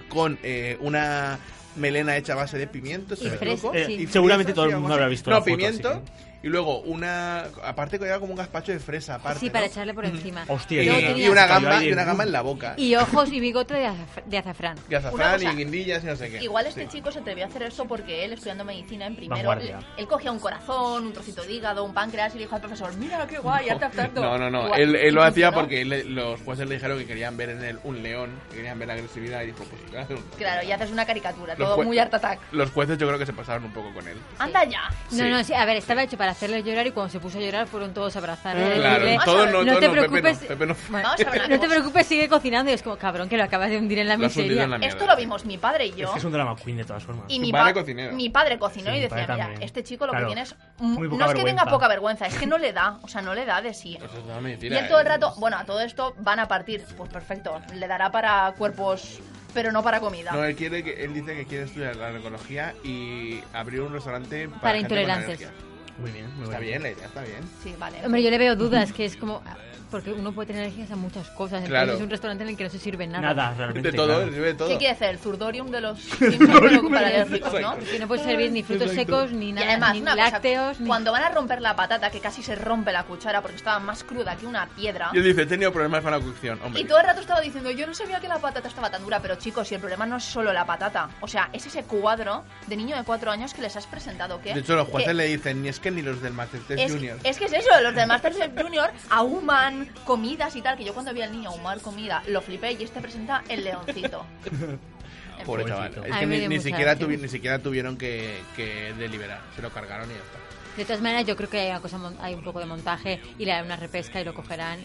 [SPEAKER 2] con eh, una melena hecha a base de pimientos.
[SPEAKER 5] Y
[SPEAKER 2] si no me
[SPEAKER 5] fres-
[SPEAKER 2] equivoco,
[SPEAKER 5] eh,
[SPEAKER 2] y
[SPEAKER 4] seguramente
[SPEAKER 2] fresas
[SPEAKER 4] todo el
[SPEAKER 2] y algo
[SPEAKER 4] mundo
[SPEAKER 2] así.
[SPEAKER 4] habrá visto
[SPEAKER 2] No,
[SPEAKER 4] la foto,
[SPEAKER 2] pimiento.
[SPEAKER 4] así
[SPEAKER 2] Y luego una... Aparte que era como un gazpacho de fresa, aparte,
[SPEAKER 5] Sí, para
[SPEAKER 2] ¿no?
[SPEAKER 5] echarle por encima.
[SPEAKER 4] Hostia,
[SPEAKER 5] Y
[SPEAKER 2] Y,
[SPEAKER 5] luego
[SPEAKER 4] no, no,
[SPEAKER 5] tenía-
[SPEAKER 2] y una
[SPEAKER 4] Cayó
[SPEAKER 2] gamba,
[SPEAKER 4] ahí
[SPEAKER 2] y una
[SPEAKER 4] en-
[SPEAKER 2] gamba en la boca. Y,
[SPEAKER 5] y ojos y bigote de, azaf- de azafrán.
[SPEAKER 3] Una
[SPEAKER 2] azafrán,
[SPEAKER 3] cosa,
[SPEAKER 2] y guindillas, y no sé qué.
[SPEAKER 3] Igual este
[SPEAKER 2] Sí.
[SPEAKER 3] chico se atrevió a hacer esto porque él, estudiando medicina en primero,
[SPEAKER 4] Vanguardia.
[SPEAKER 3] él, él cogía un corazón, un trocito de hígado, un páncreas y le dijo al profesor: Mira, qué guay, arte abstracto.
[SPEAKER 2] No, no, no.
[SPEAKER 3] Guay.
[SPEAKER 2] Él, él lo
[SPEAKER 3] Y
[SPEAKER 2] hacía
[SPEAKER 3] funcionó.
[SPEAKER 2] porque él- los jueces le dijeron que querían ver en él un león, que querían ver agresividad y dijo, pues voy a hacer un león.
[SPEAKER 3] Claro, y haces una caricatura,
[SPEAKER 2] Los
[SPEAKER 3] todo
[SPEAKER 2] jue-
[SPEAKER 3] muy art attack.
[SPEAKER 2] Los jueces yo creo que se pasaron un poco con él.
[SPEAKER 3] Anda ya.
[SPEAKER 5] No,
[SPEAKER 2] Sí.
[SPEAKER 5] no, sí, a ver, estaba hecho para hacerle llorar y cuando se puso a llorar fueron todos a abrazarle.
[SPEAKER 4] Eh,
[SPEAKER 5] a
[SPEAKER 2] Claro,
[SPEAKER 5] decirle,
[SPEAKER 2] todo
[SPEAKER 3] no,
[SPEAKER 2] no,
[SPEAKER 5] no
[SPEAKER 2] todo
[SPEAKER 5] te
[SPEAKER 2] no, Pepe
[SPEAKER 5] preocupes.
[SPEAKER 2] no, Pepe no.
[SPEAKER 5] Bueno,
[SPEAKER 3] Vamos a hablar de
[SPEAKER 5] no te
[SPEAKER 3] cosas.
[SPEAKER 5] preocupes, sigue cocinando. Y es como, cabrón, que lo acabas de hundir en la
[SPEAKER 2] Lo has hundido
[SPEAKER 5] miseria.
[SPEAKER 2] en la mierda.
[SPEAKER 3] Esto lo vimos mi padre y yo.
[SPEAKER 4] Es que es un drama queen de todas formas.
[SPEAKER 3] Y
[SPEAKER 2] Tu
[SPEAKER 3] mi,
[SPEAKER 2] padre
[SPEAKER 3] pa-
[SPEAKER 2] cocinero.
[SPEAKER 3] mi padre cocinó
[SPEAKER 4] Sí,
[SPEAKER 3] y
[SPEAKER 4] mi
[SPEAKER 3] decía,
[SPEAKER 4] padre
[SPEAKER 3] mira,
[SPEAKER 4] también.
[SPEAKER 3] este chico lo
[SPEAKER 4] Claro,
[SPEAKER 3] que tiene es...
[SPEAKER 4] muy
[SPEAKER 3] mm,
[SPEAKER 4] poca
[SPEAKER 3] no es que tenga
[SPEAKER 4] vergüenza.
[SPEAKER 3] poca vergüenza, es que no le da, o sea, no le da de sí.
[SPEAKER 2] Eso es una mentira,
[SPEAKER 3] Y él todo el
[SPEAKER 2] ¿eh?
[SPEAKER 3] rato, bueno, a todo esto van a partir, pues perfecto, le dará para cuerpos pero no para comida.
[SPEAKER 2] No, él, quiere que, él dice que quiere estudiar la ecología y abrir un restaurante para,
[SPEAKER 5] Para
[SPEAKER 2] gente con
[SPEAKER 5] intolerancias.
[SPEAKER 2] alergia.
[SPEAKER 4] Muy bien, muy
[SPEAKER 2] Está
[SPEAKER 4] bueno.
[SPEAKER 2] bien, la idea está bien.
[SPEAKER 3] Sí, vale.
[SPEAKER 5] Hombre, yo le veo dudas, que es como... ah, Porque uno puede tener alergias a muchas cosas. Entonces
[SPEAKER 2] Claro.
[SPEAKER 5] es un restaurante en el que no se sirve nada.
[SPEAKER 4] Nada, realmente.
[SPEAKER 2] De todo,
[SPEAKER 4] claro.
[SPEAKER 2] él sirve de todo.
[SPEAKER 3] ¿Qué quiere hacer? El zurdorium de los Simpsons, pero para alérgicos, ¿no?
[SPEAKER 5] Que no puedes servir ni frutos
[SPEAKER 2] Exacto.
[SPEAKER 5] secos, ni
[SPEAKER 3] Y
[SPEAKER 5] nada,
[SPEAKER 3] además,
[SPEAKER 5] ni
[SPEAKER 3] una cosa,
[SPEAKER 5] lácteos, ni...
[SPEAKER 3] cuando van a romper la patata, que casi se rompe la cuchara porque estaba más cruda que una piedra,
[SPEAKER 2] Y él dice, he tenido problemas con la cocción, hombre.
[SPEAKER 3] y todo el rato estaba diciendo, yo no sabía que la patata estaba tan dura, pero chicos, si el problema no es solo la patata, o sea, es ese cuadro de niño de cuatro años que les has presentado, que...
[SPEAKER 2] De hecho, los jueces
[SPEAKER 3] que
[SPEAKER 2] le dicen, ni es que ni los del Masterchef
[SPEAKER 3] es,
[SPEAKER 2] Junior.
[SPEAKER 3] es que es eso, los del Masterchef Junior ahuman comidas y tal, que yo cuando vi al niño ahumar comida lo flipé y este presenta el leoncito. En
[SPEAKER 2] Pobre
[SPEAKER 3] fin.
[SPEAKER 2] chaval.
[SPEAKER 4] pobrecito.
[SPEAKER 2] Es
[SPEAKER 5] A
[SPEAKER 2] que
[SPEAKER 5] mí me
[SPEAKER 2] ni,
[SPEAKER 5] dio
[SPEAKER 2] ni
[SPEAKER 5] mucha
[SPEAKER 2] siquiera
[SPEAKER 5] gracia.
[SPEAKER 2] tuvi- ni siquiera tuvieron que, que deliberar. Se lo cargaron y ya está.
[SPEAKER 5] De todas maneras, yo creo que hay, una cosa, mon- hay un poco de montaje y le harán una repesca y lo cogerán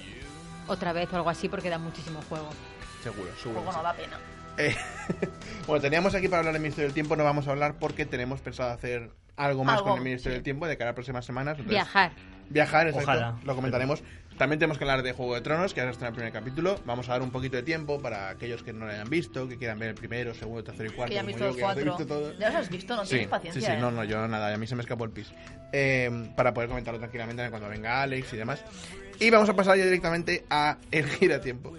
[SPEAKER 5] otra vez o algo así porque da muchísimo juego.
[SPEAKER 2] Seguro, seguro. que
[SPEAKER 3] Luego
[SPEAKER 2] sí.
[SPEAKER 3] no da pena.
[SPEAKER 2] Eh, bueno, teníamos aquí para hablar del Ministerio del Tiempo, no vamos a hablar porque tenemos pensado hacer algo más
[SPEAKER 3] Algo,
[SPEAKER 2] con el Ministerio
[SPEAKER 3] sí.
[SPEAKER 2] del Tiempo de cara a próximas semanas. Entonces,
[SPEAKER 5] Viajar.
[SPEAKER 2] Viajar, exacto.
[SPEAKER 4] Ojalá.
[SPEAKER 2] Lo comentaremos. También tenemos que hablar de Juego de Tronos, que ahora está en el primer capítulo. Vamos a dar un poquito de tiempo para aquellos que no lo hayan visto, que quieran ver el primero, segundo, tercero y cuarto.
[SPEAKER 3] que ya han
[SPEAKER 2] como
[SPEAKER 3] visto
[SPEAKER 2] yo,
[SPEAKER 3] los
[SPEAKER 2] que las he
[SPEAKER 3] cuatro.
[SPEAKER 2] visto todas.
[SPEAKER 3] ¿Ya los has visto? No
[SPEAKER 2] Sí,
[SPEAKER 3] tienes paciencia.
[SPEAKER 2] sí, sí,
[SPEAKER 3] ¿eh?
[SPEAKER 2] no, no, yo nada, a mí se me escapó el pis. Eh, para poder comentarlo tranquilamente cuando venga Alex y demás. Y vamos a pasar ya directamente a el giratiempo.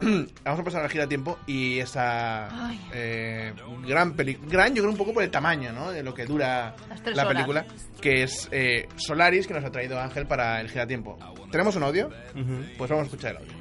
[SPEAKER 2] vamos a pasar al giratiempo y esa
[SPEAKER 3] Ay.
[SPEAKER 2] eh, gran película, gran yo creo un poco por el tamaño, ¿no? De lo que dura
[SPEAKER 3] Las tres
[SPEAKER 2] la
[SPEAKER 3] horas.
[SPEAKER 2] película, que es eh, Solaris que nos ha traído Ángel para el giratiempo. ¿Tenemos un audio?
[SPEAKER 4] Ujú.
[SPEAKER 2] Pues vamos a escuchar el audio.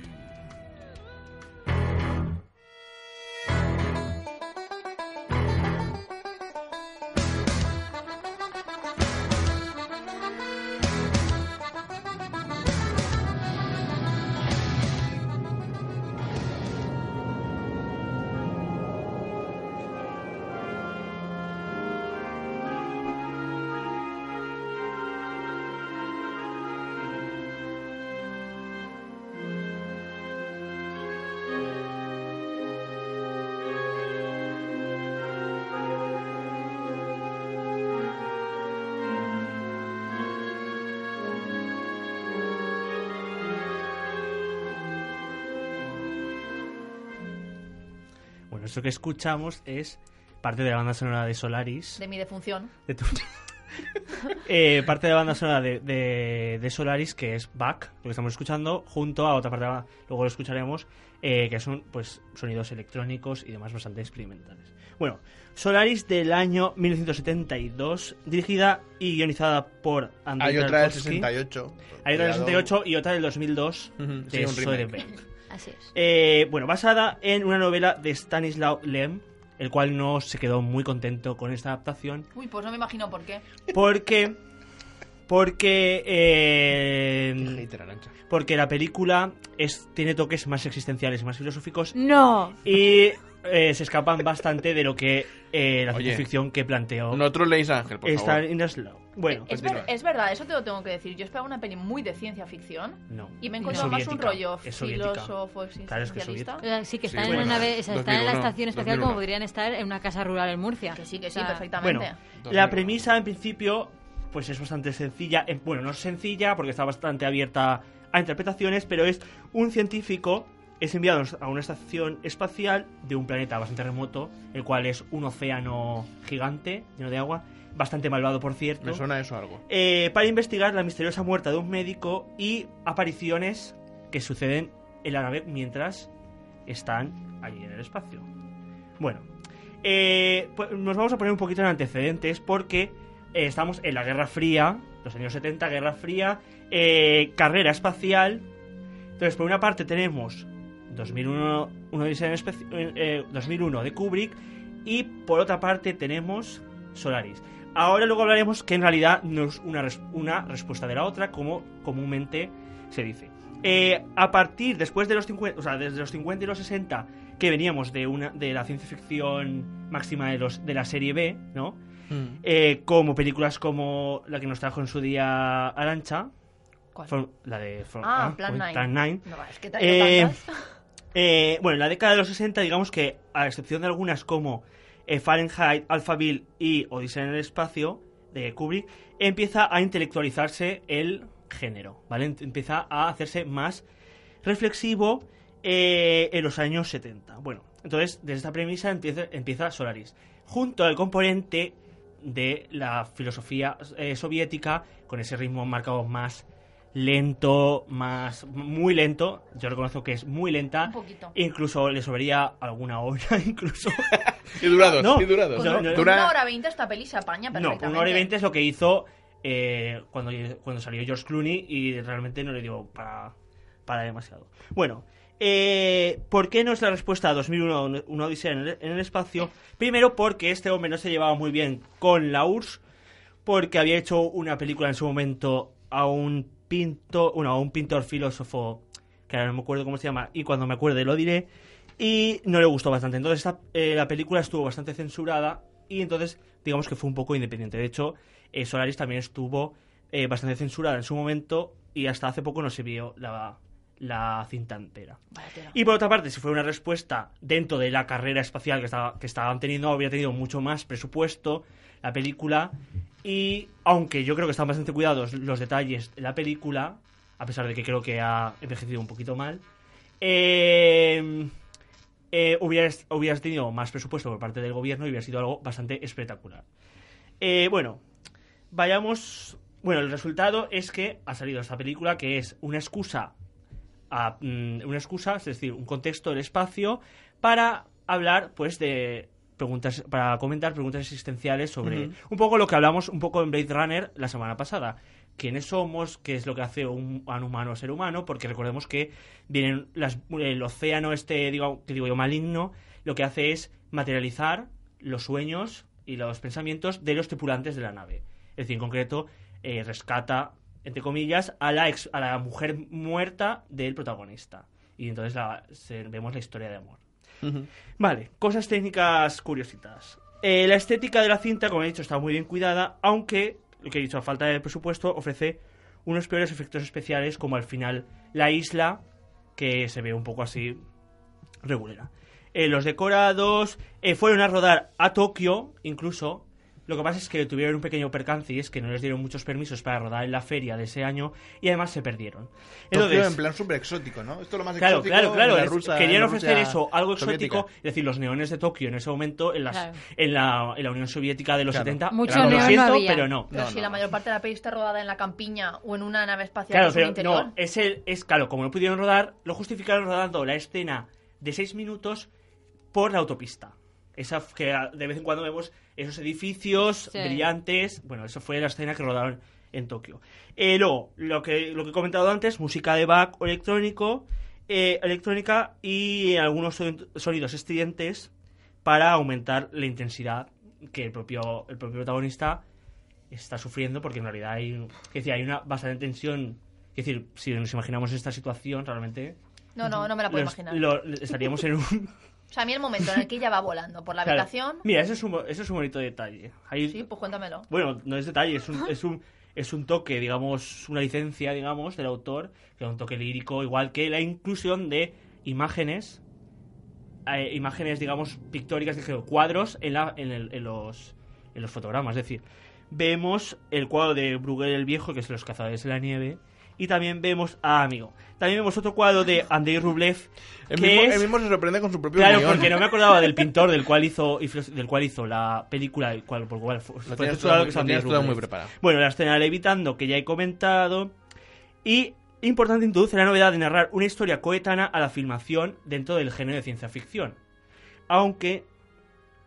[SPEAKER 4] Bueno, eso que escuchamos es parte de la banda sonora de Solaris.
[SPEAKER 3] De mi defunción.
[SPEAKER 4] De tu- Eh, parte de la banda sonora de, de- de Solaris, que es Back, lo que estamos escuchando, junto a otra parte, de la- luego lo escucharemos, eh, que son pues sonidos electrónicos y demás bastante experimentales. Bueno, Solaris del año 1972, dirigida y guionizada por Andrei
[SPEAKER 2] Hay otra del
[SPEAKER 4] Tarkovsky.
[SPEAKER 2] 68.
[SPEAKER 4] Hay otra del
[SPEAKER 2] Cuidado.
[SPEAKER 4] 68 y otra del 2002
[SPEAKER 2] Ujú, sí,
[SPEAKER 4] de
[SPEAKER 2] un remake.
[SPEAKER 4] Soderbergh.
[SPEAKER 5] Así es.
[SPEAKER 4] Eh, bueno, basada en una novela de Stanislaw Lem, el cual no se quedó muy contento con esta adaptación,
[SPEAKER 3] Uy, pues no me imagino por qué.
[SPEAKER 4] porque. Porque. eh,
[SPEAKER 2] Qué hater, Arantxa.
[SPEAKER 4] porque la película es, tiene toques más existenciales, más filosóficos
[SPEAKER 5] ¡No!
[SPEAKER 4] y eh, se escapan bastante de lo que eh, la
[SPEAKER 2] Oye,
[SPEAKER 4] ciencia ficción que planteó
[SPEAKER 2] Nosotros leéis a Ángel, por favor.
[SPEAKER 4] Stanislaw. Bueno,
[SPEAKER 3] es,
[SPEAKER 2] continúa.
[SPEAKER 3] ver- es verdad, eso te lo tengo que decir. Yo esperaba una peli muy de ciencia ficción
[SPEAKER 4] pues, no.
[SPEAKER 3] y me he
[SPEAKER 4] Es
[SPEAKER 3] encontrado más un
[SPEAKER 4] soviética,
[SPEAKER 3] rollo
[SPEAKER 4] es soviética.
[SPEAKER 3] filósofo existencialista.
[SPEAKER 4] Claro, es que es soviética.
[SPEAKER 5] Eh, Sí, que
[SPEAKER 2] Sí,
[SPEAKER 5] están en
[SPEAKER 2] bueno,
[SPEAKER 5] una nave, o sea, están en la
[SPEAKER 2] 2001,
[SPEAKER 5] estación espacial
[SPEAKER 2] 2001.
[SPEAKER 5] como podrían estar en una casa rural en Murcia.
[SPEAKER 3] Que sí, que
[SPEAKER 5] O
[SPEAKER 3] sí,
[SPEAKER 5] sea,
[SPEAKER 3] perfectamente.
[SPEAKER 4] Bueno,
[SPEAKER 2] 2001.
[SPEAKER 4] la premisa en principio pues es bastante sencilla. Eh, Bueno, no es sencilla porque está bastante abierta a interpretaciones, pero es un científico es enviado a una estación espacial de un planeta bastante remoto, el cual es un océano gigante lleno de agua, bastante malvado por cierto.
[SPEAKER 2] Me suena eso algo.
[SPEAKER 4] Eh, para investigar la misteriosa muerte de un médico y apariciones que suceden en la nave mientras están allí en el espacio. Bueno, eh, pues nos vamos a poner un poquito en antecedentes porque eh, estamos en la Guerra Fría, los años 70, Guerra Fría, eh, carrera espacial. Entonces, por una parte tenemos 2001, una odisea en espe- eh, eh, 2001 de Kubrick y por otra parte tenemos Solaris. Ahora luego hablaremos que en realidad no es una, res- una respuesta de la otra, como comúnmente se dice. Eh, a partir, después de los 50, o sea, desde los 50 y los 60, que veníamos de, una, de la ciencia ficción máxima de, los, de la serie B, ¿no?
[SPEAKER 3] Mm.
[SPEAKER 4] Eh, como películas como la que nos trajo en su día Arancha,
[SPEAKER 3] ¿Cuál?
[SPEAKER 4] la de From-
[SPEAKER 3] Ah,
[SPEAKER 4] ah,
[SPEAKER 3] Plan
[SPEAKER 4] uy,
[SPEAKER 3] 9.
[SPEAKER 4] Plan Nine.
[SPEAKER 3] No, es que traigo
[SPEAKER 4] Eh,
[SPEAKER 3] tantas.
[SPEAKER 4] Eh, bueno, en la década de los 60, digamos que, a excepción de algunas como eh, Fahrenheit, Alphaville y Odisea en el espacio de Kubrick, empieza a intelectualizarse el género, ¿vale? Ent- Empieza a hacerse más reflexivo eh, en los años 70. Bueno, Entonces, desde esta premisa empieza, empieza Solaris, junto al componente de la filosofía eh, soviética, con ese ritmo marcado más lento, más muy lento, yo reconozco que es muy lenta,
[SPEAKER 3] Un poquito.
[SPEAKER 4] incluso le sobraría alguna hora, incluso
[SPEAKER 2] Y durados,
[SPEAKER 4] No.
[SPEAKER 2] y durados.
[SPEAKER 4] Con-
[SPEAKER 2] Pues ¿no?
[SPEAKER 4] con una
[SPEAKER 2] Dura-
[SPEAKER 3] Una hora veinte esta peli se apaña
[SPEAKER 4] No,
[SPEAKER 3] perfectamente.
[SPEAKER 4] por una hora y veinte es lo que hizo eh, cuando, cuando salió George Clooney y realmente no le dio para, para demasiado. Bueno, eh, ¿por qué no es la respuesta a 2001, un- una odisea en el, en el espacio? Primero porque este hombre no se llevaba muy bien con la URSS, porque había hecho una película en su momento a un pintor, bueno, a un pintor filósofo, que ahora no me acuerdo cómo se llama, y cuando me acuerde lo diré, y no le gustó bastante. Entonces esta- eh, la película estuvo bastante censurada y entonces digamos que fue un poco independiente. De hecho, eh, Solaris también estuvo eh, bastante censurada en su momento y hasta hace poco no se vio la, la cinta entera.
[SPEAKER 3] Vaya tela.
[SPEAKER 4] Y por otra parte, si fuera una respuesta dentro de la carrera espacial que, estaba- que estaban teniendo, habría tenido mucho más presupuesto la película. Y aunque yo creo que están bastante cuidados los detalles de la película, a pesar de que creo que ha envejecido un poquito mal, eh, eh, hubieras, hubieras tenido más presupuesto por parte del gobierno y hubiera sido algo bastante espectacular. Eh, bueno, vayamos. Bueno, el resultado es que ha salido esta película que es una excusa a, mm, una excusa, es decir, un contexto del espacio para hablar, pues, de preguntas, para comentar preguntas existenciales sobre un poco lo que hablamos un poco en Blade Runner la semana pasada. ¿Quiénes somos? ¿Qué es lo que hace un, a un humano ser humano? Porque recordemos que vienen las- el océano este, digo, que digo yo, maligno, lo que hace es materializar los sueños y los pensamientos de los tripulantes de la nave. Es decir, en concreto, eh, rescata, entre comillas, a la, ex- a la mujer muerta del protagonista. Y entonces la- se- vemos la historia de amor.
[SPEAKER 2] Ujú.
[SPEAKER 4] Vale, cosas técnicas curiositas. Eh, la estética de la cinta, como he dicho, está muy bien cuidada, aunque, lo que he dicho, a falta de presupuesto, ofrece unos peores efectos especiales, como al final la isla, que se ve un poco así regulera. Eh, los decorados eh, fueron a rodar a Tokio, incluso. Lo que pasa es que tuvieron un pequeño percance y es que no les dieron muchos permisos para rodar en la feria de ese año y además se perdieron.
[SPEAKER 2] Tokio
[SPEAKER 4] Entonces,
[SPEAKER 2] en plan súper exótico, ¿no? Esto es lo más
[SPEAKER 4] Claro,
[SPEAKER 2] exótico.
[SPEAKER 4] claro, claro.
[SPEAKER 2] de la
[SPEAKER 4] es-
[SPEAKER 2] rusa-
[SPEAKER 4] querían
[SPEAKER 2] la
[SPEAKER 4] ofrecer
[SPEAKER 2] Rusia
[SPEAKER 4] eso, algo exótico.
[SPEAKER 2] soviética.
[SPEAKER 4] Es decir, los neones de Tokio en ese momento, en, las,
[SPEAKER 5] Claro.
[SPEAKER 4] en, la, en la Unión Soviética de los
[SPEAKER 2] Claro.
[SPEAKER 4] 70,
[SPEAKER 5] Mucho
[SPEAKER 4] eran, lo
[SPEAKER 5] neón no
[SPEAKER 4] siento,
[SPEAKER 5] había".
[SPEAKER 4] pero no.
[SPEAKER 3] Pero
[SPEAKER 2] No,
[SPEAKER 3] si
[SPEAKER 2] no,
[SPEAKER 3] la
[SPEAKER 2] no.
[SPEAKER 3] mayor parte de la peli está rodada en la campiña o en una nave espacial
[SPEAKER 4] Claro,
[SPEAKER 3] que es un
[SPEAKER 4] pero
[SPEAKER 3] interior.
[SPEAKER 4] no, eh, es, el, es claro, como no pudieron rodar, lo justificaron rodando la escena de 6 minutos por la autopista. Esa f- que a- de vez en cuando vemos esos edificios
[SPEAKER 5] Sí.
[SPEAKER 4] brillantes. Bueno, eso fue la escena que rodaron en Tokio. Eh, luego, lo que, lo que he comentado antes, música de Bach o electrónico, eh, electrónica y algunos son- sonidos estridentes para aumentar la intensidad que el propio, el propio protagonista está sufriendo porque en realidad hay, es decir, hay una bastante tensión. Es decir, si nos imaginamos esta situación, realmente
[SPEAKER 3] no, no, no me la puedo
[SPEAKER 4] los-
[SPEAKER 3] imaginar.
[SPEAKER 4] lo- estaríamos en un...
[SPEAKER 3] O sea, a mí el momento en el que ella va volando por la
[SPEAKER 4] Claro.
[SPEAKER 3] habitación.
[SPEAKER 4] Mira, eso es un, bo- eso es un bonito detalle. Ahí-
[SPEAKER 3] Sí, pues cuéntamelo.
[SPEAKER 4] Bueno, no es detalle, es un, es, un, es un toque, digamos, una licencia, digamos, del autor, que es un toque lírico, igual que la inclusión de imágenes, eh, imágenes, digamos, pictóricas, dije, cuadros en, la, en, el- en los, en los fotogramas. Es decir, vemos el cuadro de Bruegel el Viejo, que es Los Cazadores de la Nieve, y también vemos a Amigo. También vemos otro cuadro de Andrei Rublev, que
[SPEAKER 2] El mismo,
[SPEAKER 4] es...
[SPEAKER 2] el mismo se sorprende con su propio
[SPEAKER 4] Claro,
[SPEAKER 2] guión.
[SPEAKER 4] porque no me acordaba del pintor del cual hizo, y filos- del cual hizo la película, el cual, por cual fue,
[SPEAKER 2] Lo
[SPEAKER 4] fue
[SPEAKER 2] tienes todo,
[SPEAKER 4] censurado, que
[SPEAKER 2] muy-
[SPEAKER 4] es
[SPEAKER 2] lo
[SPEAKER 4] Andrei
[SPEAKER 2] tienes todo muy
[SPEAKER 4] Rublev.
[SPEAKER 2] preparado.
[SPEAKER 4] Bueno, la escena del levitando, que ya he comentado. Y, importante, introduce la novedad de narrar una historia coetánea a la filmación dentro del género de ciencia ficción. Aunque